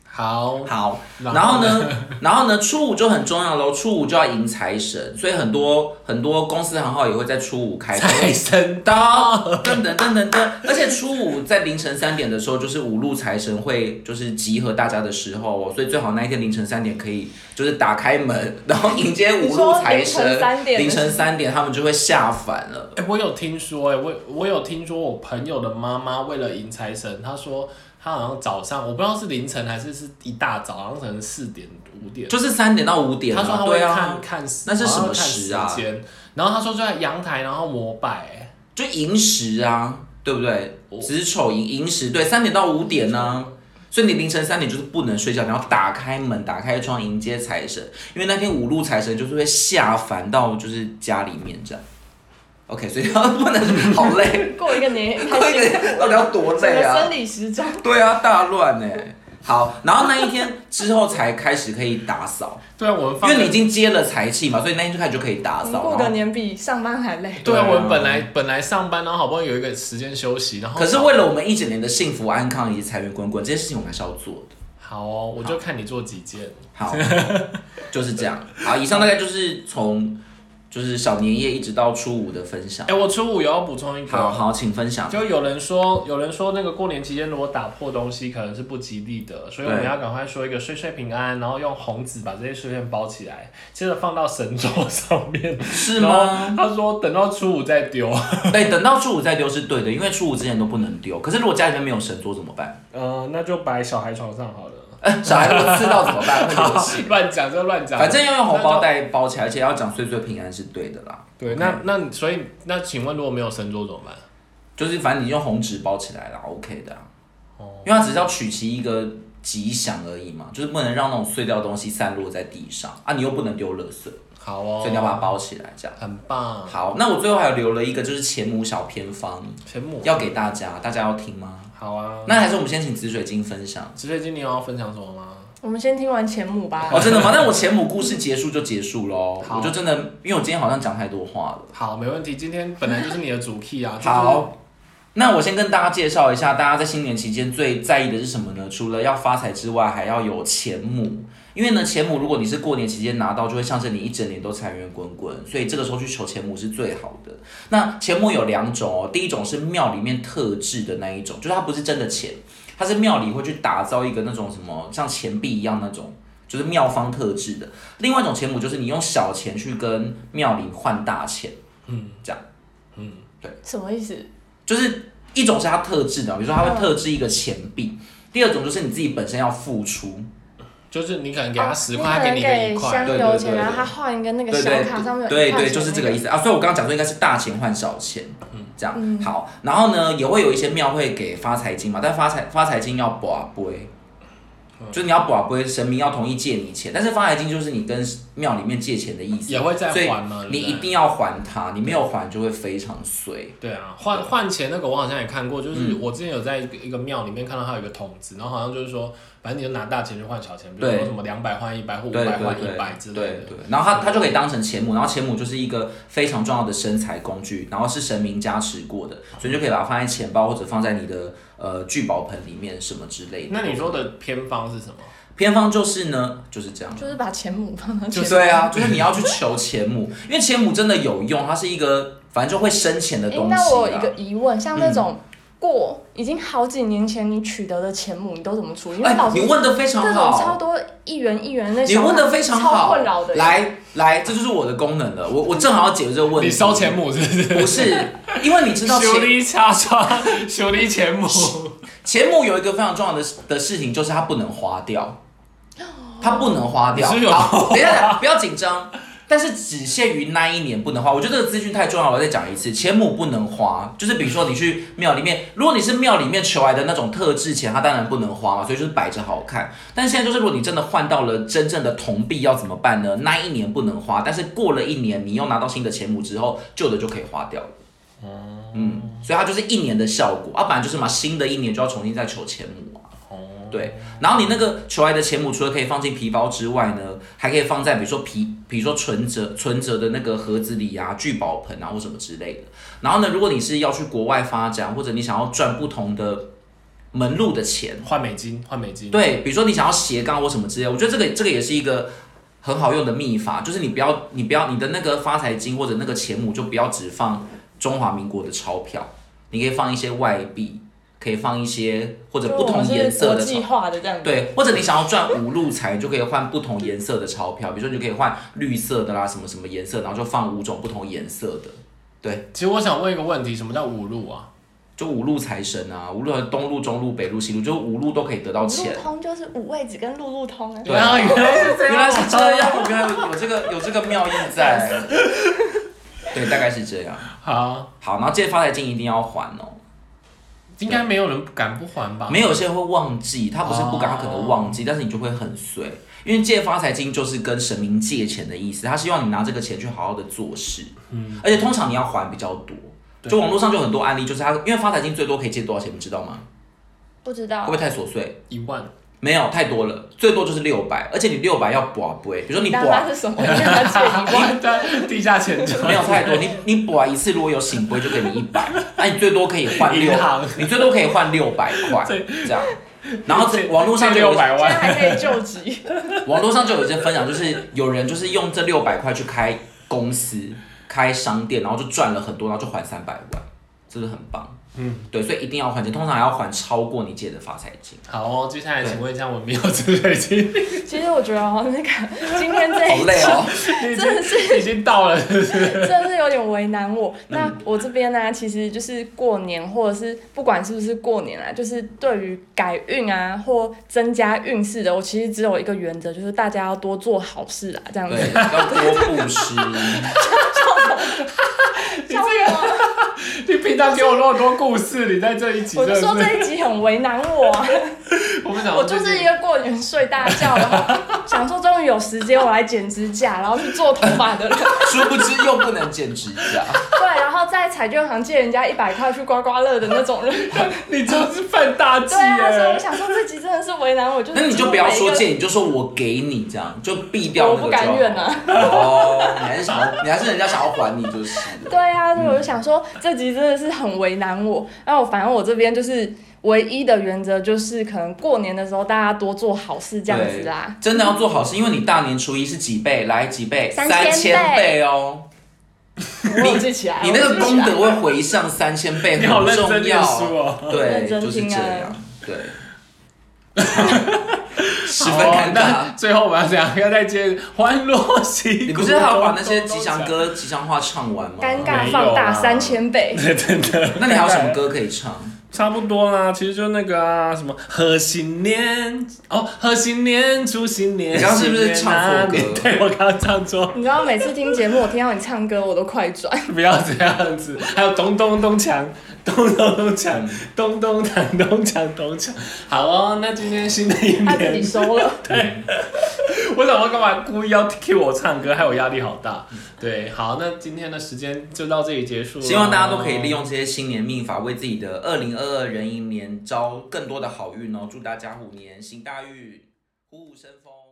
Speaker 1: 好，
Speaker 2: 好，
Speaker 1: 然
Speaker 2: 然后 呢，然后呢，初五就很重要喽，初五就要迎财神，所以很多很多公司行号也会在初五开
Speaker 1: 财神
Speaker 2: 到，噔噔噔噔噔，而且初五在凌晨三点的时候，就是五路财神会就是集合大家的时候哦，所以最好那一天凌晨三点可以就是打开门，然后迎接五路财神。
Speaker 3: 你说凌晨三点
Speaker 2: 凌晨三点他们就会下凡了。
Speaker 1: 哎、我有听说、哎，我我有听说，我朋友的妈妈为了迎财神，她说她好像早上，我不知道是凌晨还是是一大早，好像可能四点五点，
Speaker 2: 就是三点到五点、啊，
Speaker 1: 她说她会
Speaker 2: 对
Speaker 1: 看、
Speaker 2: 啊，
Speaker 1: 看时，
Speaker 2: 那是什么
Speaker 1: 好像
Speaker 2: 时
Speaker 1: 看
Speaker 2: 啊
Speaker 1: 时间，然后她说就在阳台，然后膜拜、哎
Speaker 2: 就寅时啊，对不对
Speaker 1: 我？
Speaker 2: 子丑寅寅时，对，三点到五点呢、所以你凌晨三点就是不能睡觉，你要打开门、打开窗迎接财神，因为那天五路财神就是会下凡到就是家里面这样。OK，所以不能好累，
Speaker 3: 过一个年太
Speaker 2: 那
Speaker 3: 辛苦
Speaker 2: 个到底要多
Speaker 3: 了，整
Speaker 2: 累
Speaker 3: 个
Speaker 2: 啊？
Speaker 3: 生理时钟。
Speaker 2: 对啊，大乱呢、好，然后那一天之后才开始可以打扫，
Speaker 1: 对啊，我们
Speaker 2: 因
Speaker 1: 放
Speaker 2: 为你已经接了财气嘛，所以那天就开始就可以打
Speaker 3: 我
Speaker 2: 扫。
Speaker 3: 们过
Speaker 2: 然后
Speaker 3: 个年比上班还累。
Speaker 1: 对
Speaker 2: 对啊
Speaker 1: 啊，我们本来本来上班，然后好不容易有一个时间休息，然后
Speaker 2: 可是为了我们一整年的幸福安康以及财源滚滚，这些事情我们还是要做的。
Speaker 1: 好哦，我就看你做几件。
Speaker 2: 好， 就是这样。好，以上大概就是从就是小年夜一直到初五的分享
Speaker 1: 哎、。我初五有要补充一
Speaker 2: 好
Speaker 1: 个，
Speaker 2: 好，请分享。
Speaker 1: 就有人说有人说那个过年期间如果打破东西可能是不吉利的，所以我们
Speaker 2: 对
Speaker 1: 要赶快说一个岁岁平安，然后用红纸把这些碎片包起来，接着放到神桌上面。
Speaker 2: 是
Speaker 1: 然
Speaker 2: 吗？嗯
Speaker 1: 后他说等到初五再 丢。
Speaker 2: 对，等到初五再丢是对的，因为初五之前都不能丢。可是如果家里面没有神桌怎么办？
Speaker 1: 呃，那就摆小孩床上好了。
Speaker 2: 呃小孩如果刺到怎么办？会流 血。
Speaker 1: 乱讲就乱讲，
Speaker 2: 反正要用红包袋包起来，而且要讲岁岁平安是对的啦。
Speaker 1: 对，那那你所以那请问如果没有神桌怎么办？
Speaker 2: 就是反正你用红纸包起来啦 o、k 的、啊。因为它只是要取其一个吉祥而已嘛，就是不能让那种碎掉的东西散落在地上啊，你又不能丢垃圾，
Speaker 1: 好哦，
Speaker 2: 所以你要把它包起来这样。
Speaker 1: 很棒，
Speaker 2: 好，那我最后还有留了一个就是前母小偏方，
Speaker 1: 全母
Speaker 2: 要给大家，大家要听吗？
Speaker 1: 好啊。
Speaker 2: 那还是我们先请紫水晶分享。
Speaker 1: 紫水晶，你有要分享什么吗？
Speaker 3: 我们先听完前母吧
Speaker 2: 哦，。真的吗？那我前母故事结束就结束喽。
Speaker 4: 好
Speaker 2: 我就真的，因为我今天好像讲太多话了。
Speaker 4: 好，没问题。今天本来就是你的主 key 啊。就是
Speaker 2: 好，那我先跟大家介绍一下，大家在新年期间最在意的是什么呢？除了要发财之外，还要有钱母。因为呢，钱母如果你是过年期间拿到，就会象征你一整年都财源滚滚，所以这个时候去求钱母是最好的。那钱母有两种哦，第一种是庙里面特制的那一种，就是它不是真的钱，它是庙里会去打造一个那种什么像钱币一样那种，就是庙方特制的。另外一种钱母就是你用小钱去跟庙里换大钱，嗯，这样。
Speaker 3: 什么意思？
Speaker 2: 就是一种是它特制的，比如说它会特制一个钱币；第二种就是你自己本身要付出，
Speaker 4: 就是你可能给
Speaker 3: 给
Speaker 4: 他十块，他给你一个一块
Speaker 3: 香。
Speaker 2: 对对
Speaker 3: 油
Speaker 2: 对
Speaker 3: 钱，
Speaker 2: 对
Speaker 3: 然后他换一个那个
Speaker 2: 对
Speaker 3: 小
Speaker 2: 对
Speaker 3: 卡上面有
Speaker 2: 对
Speaker 3: 一块
Speaker 2: 对，
Speaker 3: 钱
Speaker 2: 就是这个
Speaker 3: 那
Speaker 2: 意思啊。所以我刚刚讲说应该是大钱换小钱，嗯，这样好。然后呢，也会有一些庙会给发财金嘛，但发财发财金要卜杯。欸
Speaker 4: 嗯
Speaker 2: 就是你要卜杯，神明要同意借你钱，但是发财金就是你跟庙里面借钱的意思，
Speaker 4: 也会再
Speaker 2: 所以
Speaker 4: 还嘛对不
Speaker 2: 你
Speaker 4: 对
Speaker 2: 一定要还他，你没有还就会非常衰。
Speaker 4: 对啊，换换钱那个我好像也看过，就是
Speaker 2: 嗯
Speaker 4: 我之前有在一个一个庙里面看到它有一个筒子，然后好像就是说，反正你就拿大钱去换小钱，比如
Speaker 2: 对
Speaker 4: 说什么两百换一百或五
Speaker 2: 对
Speaker 4: 百
Speaker 2: 对
Speaker 4: 换
Speaker 2: 对
Speaker 4: 一百之类
Speaker 2: 对
Speaker 4: 的。
Speaker 2: 对，然后它它就可以当成钱母，然后钱母就是一个非常重要的生财工具，然后是神明加持过的，所以就可以把它放在钱包或者放在你的呃聚宝盆里面什么之类的。
Speaker 4: 那你说的偏方是什么？
Speaker 2: 偏方就是呢，就是这样
Speaker 3: 个。就是把钱母放到
Speaker 2: 就
Speaker 3: 前面
Speaker 2: 对啊，就是你要去求钱母，因为钱母真的有用，它是一个反正就会生钱的
Speaker 3: 诶
Speaker 2: 东西啦。啊
Speaker 3: 那我有一个疑问，像那种过已经好几年前你取得的钱母，你都怎么处理？因为
Speaker 2: 哎
Speaker 3: 老，师
Speaker 2: 你问的非常
Speaker 3: 这种超
Speaker 2: 好，
Speaker 3: 多一元一元的那
Speaker 2: 你
Speaker 3: 小
Speaker 2: 问的
Speaker 3: 卡
Speaker 2: 非常
Speaker 3: 超
Speaker 2: 好
Speaker 3: 困扰的。，
Speaker 2: 来来，这就是我的功能了。我我正好要解决这个问题。
Speaker 4: 你收钱？母是不是？
Speaker 2: 不是，因为你知道钱
Speaker 4: 修理叉叉，修理钱 母。
Speaker 2: 钱母有一个非常重要的的事情，就是它不能花掉，它不能花掉。
Speaker 4: 你是不是有
Speaker 2: 好，等一下，等一下不要紧张，但是只限于那一年不能花。我觉得这个资讯太重要了，我再讲一次，钱母不能花，就是比如说你去庙里面，如果你是庙里面求来的那种特制钱，它当然不能花嘛，所以就是摆着好看。但是现在就是，如果你真的换到了真正的铜币，要怎么办呢？那一年不能花，但是过了一年，你又拿到新的钱母之后，旧的就可以花掉了。嗯，所以它就是一年的效果，啊，本来就是嘛，新的一年就要重新再求钱母啊。对，然后你那个求来的钱母，除了可以放进皮包之外呢，还可以放在比如说皮，比如说存折、存折的那个盒子里啊、聚宝盆啊或什么之类的。然后呢，如果你是要去国外发展，或者你想要赚不同的门路的钱，
Speaker 4: 换美金，换美金。
Speaker 2: 对，比如说你想要斜杠或什么之类，我觉得这个这个也是一个很好用的秘法，就是你不要你不要你的那个发财金或者那个钱母就不要只放中华民国的钞票，你可以放一些外币，可以放一些或者
Speaker 3: 就
Speaker 2: 不
Speaker 3: 我
Speaker 2: 同
Speaker 3: 们
Speaker 2: 颜
Speaker 3: 是
Speaker 2: 色
Speaker 3: 国
Speaker 2: 的
Speaker 3: 际
Speaker 2: 钞。
Speaker 3: 化的这样子。
Speaker 2: 对，或者你想要赚五路财，你就可以换不同颜色的钞票，比如说你就可以换绿色的啦，什么什么颜色，然后就放五种不同颜色的，
Speaker 4: 其实我想问一个问题，什么叫五路啊？
Speaker 2: 就五路财神啊，无论东路、中路、北路、西路，就五路都可以得到
Speaker 3: 五
Speaker 2: 钱
Speaker 3: 路。通就是五味子跟路路通啊。
Speaker 2: 对
Speaker 4: 啊，原来 是这
Speaker 2: 原
Speaker 4: 样。
Speaker 2: 来是这样，原来有这个有这个妙意在。对，大概是这样。
Speaker 4: 啊好，
Speaker 2: 好，然后这些发财金一定要还哦。
Speaker 4: 应该没有人敢不还吧？
Speaker 2: 没有些人会忘记，他不是不敢，他可能忘记，但是你就会很衰。因为借发财金就是跟神明借钱的意思，他希望你拿这个钱去好好的做事。嗯，而且通常你要还比较多。就网络上就很多案例，就是他因为发财金最多可以借多少钱，你知道吗？
Speaker 3: 不知
Speaker 2: 会
Speaker 3: 道
Speaker 2: 不会太琐碎？
Speaker 4: 一万。
Speaker 2: 没有，太多了，最多就是六百，而且你六百要补啊补，比如说你补
Speaker 3: 当他是什么？让 他 借一万。
Speaker 4: 对，啊地下钱庄
Speaker 2: 没有太多，你你补啊一次，如果有醒杯就给你一百，那你最多可以换六
Speaker 4: 银行，
Speaker 2: 你最多可以换六百块这样。然后这网络上就有
Speaker 4: 六百
Speaker 3: 现 在
Speaker 4: 万，
Speaker 3: 还可以救急，
Speaker 2: 网络上就有一些分享，就是有人就是用这六百块去开公司、开商店，然后就赚了很多，然后就还三百万，是不是很棒？嗯，对，所以一定要还钱，通常还要还超过你借的发财金。
Speaker 4: 好哦，接下来请问一下，我没有紫水晶，
Speaker 3: 其实我觉得哦，那个今天这一
Speaker 2: 好累哦，
Speaker 4: 已
Speaker 3: 真的
Speaker 4: 经已经到 了，
Speaker 3: 真的是有点为难我。
Speaker 2: 嗯
Speaker 3: 那我这边呢、其实就是过年，或者是不管是不是过年啊，就是对于改运啊或增加运势的，我其实只有一个原则，就是大家要多做好事啊，这样子。
Speaker 2: 对，要多布施。
Speaker 3: 像我，
Speaker 4: 你平常给我那么多故事，你在这一集
Speaker 3: 我
Speaker 4: 真
Speaker 3: 就
Speaker 4: 的
Speaker 3: 说
Speaker 4: 是，
Speaker 3: 这一集很为难我、啊，
Speaker 4: 我们想，
Speaker 3: 我就是一个过年睡大觉了。想说终于有时间我来剪指甲，然后去做头发的人。
Speaker 2: 殊不知又不能剪指 甲，
Speaker 3: 对，然后在彩券行借人家一百块去刮刮乐的那种人。
Speaker 1: 你就是犯大忌
Speaker 3: 对啊，所以我
Speaker 1: 耶！
Speaker 3: 想说这集真的是为难我，就是
Speaker 2: 那你就不要说
Speaker 3: 每一
Speaker 2: 借，你就说我给你这样，就避
Speaker 3: 个，
Speaker 2: 掉
Speaker 3: 我
Speaker 2: 那
Speaker 3: 不
Speaker 2: 个就好。
Speaker 3: 甘愿啊。
Speaker 2: 哦，你还是想要，你还是人家想要还你就是了。
Speaker 3: 对啊，所以我就想说这集真的是很为难我。然后反正我这边就是唯一的原则就是，可能过年的时候大家多做好事这样子啦。
Speaker 2: 对真的要做好事，因为你大年初一是几倍？来几倍？
Speaker 3: 三千倍
Speaker 2: 千倍哦！
Speaker 3: 我有记起来，
Speaker 2: 你
Speaker 3: 我
Speaker 2: 那
Speaker 3: 有
Speaker 2: 个
Speaker 3: 记起
Speaker 2: 功
Speaker 3: 来
Speaker 2: 德会回向三千倍，
Speaker 1: 你好
Speaker 2: 很
Speaker 1: 哎认真
Speaker 2: 重
Speaker 1: 念
Speaker 2: 要。
Speaker 1: 书哦
Speaker 2: 对，
Speaker 3: 认真
Speaker 2: 就是
Speaker 3: 听
Speaker 2: 这
Speaker 3: 啊
Speaker 2: 样。对， 十分
Speaker 1: 好哦
Speaker 2: 尴尬
Speaker 1: 那。最后我们要怎样？要再接欢乐喜鼓，
Speaker 2: 你不是还要把那些
Speaker 1: 咚咚咚
Speaker 2: 吉祥？歌、吉祥话唱完吗？
Speaker 3: 尴
Speaker 1: 没
Speaker 3: 尬
Speaker 1: 有
Speaker 3: 放大
Speaker 1: 啊
Speaker 3: 三千倍。
Speaker 1: 对真的。
Speaker 2: 那你还有什么歌可以唱？
Speaker 1: 差不多啦，其实就那个啊，什么贺新年哦，贺新年，祝新年。
Speaker 2: 你刚刚是不是唱错歌
Speaker 1: 新年啊 对，我刚刚唱错，
Speaker 3: 你知道每次听节目，我听到你唱歌，我都快转。
Speaker 1: 不要这样子。还有咚咚咚锵，咚咚咚锵，咚咚锵，咚锵咚锵。好哦，那今天新的一
Speaker 3: 他自己
Speaker 1: 年，
Speaker 3: 收了。
Speaker 1: 我想说干嘛故意要 cue 我唱歌，害我压力好大。对，好，那今天的时间就到这里结束。
Speaker 2: 希望大家都可以利。用这些新年秘法，为自己的二零二二壬寅年招更多的好运哦！祝大家虎年行大运，虎虎生风。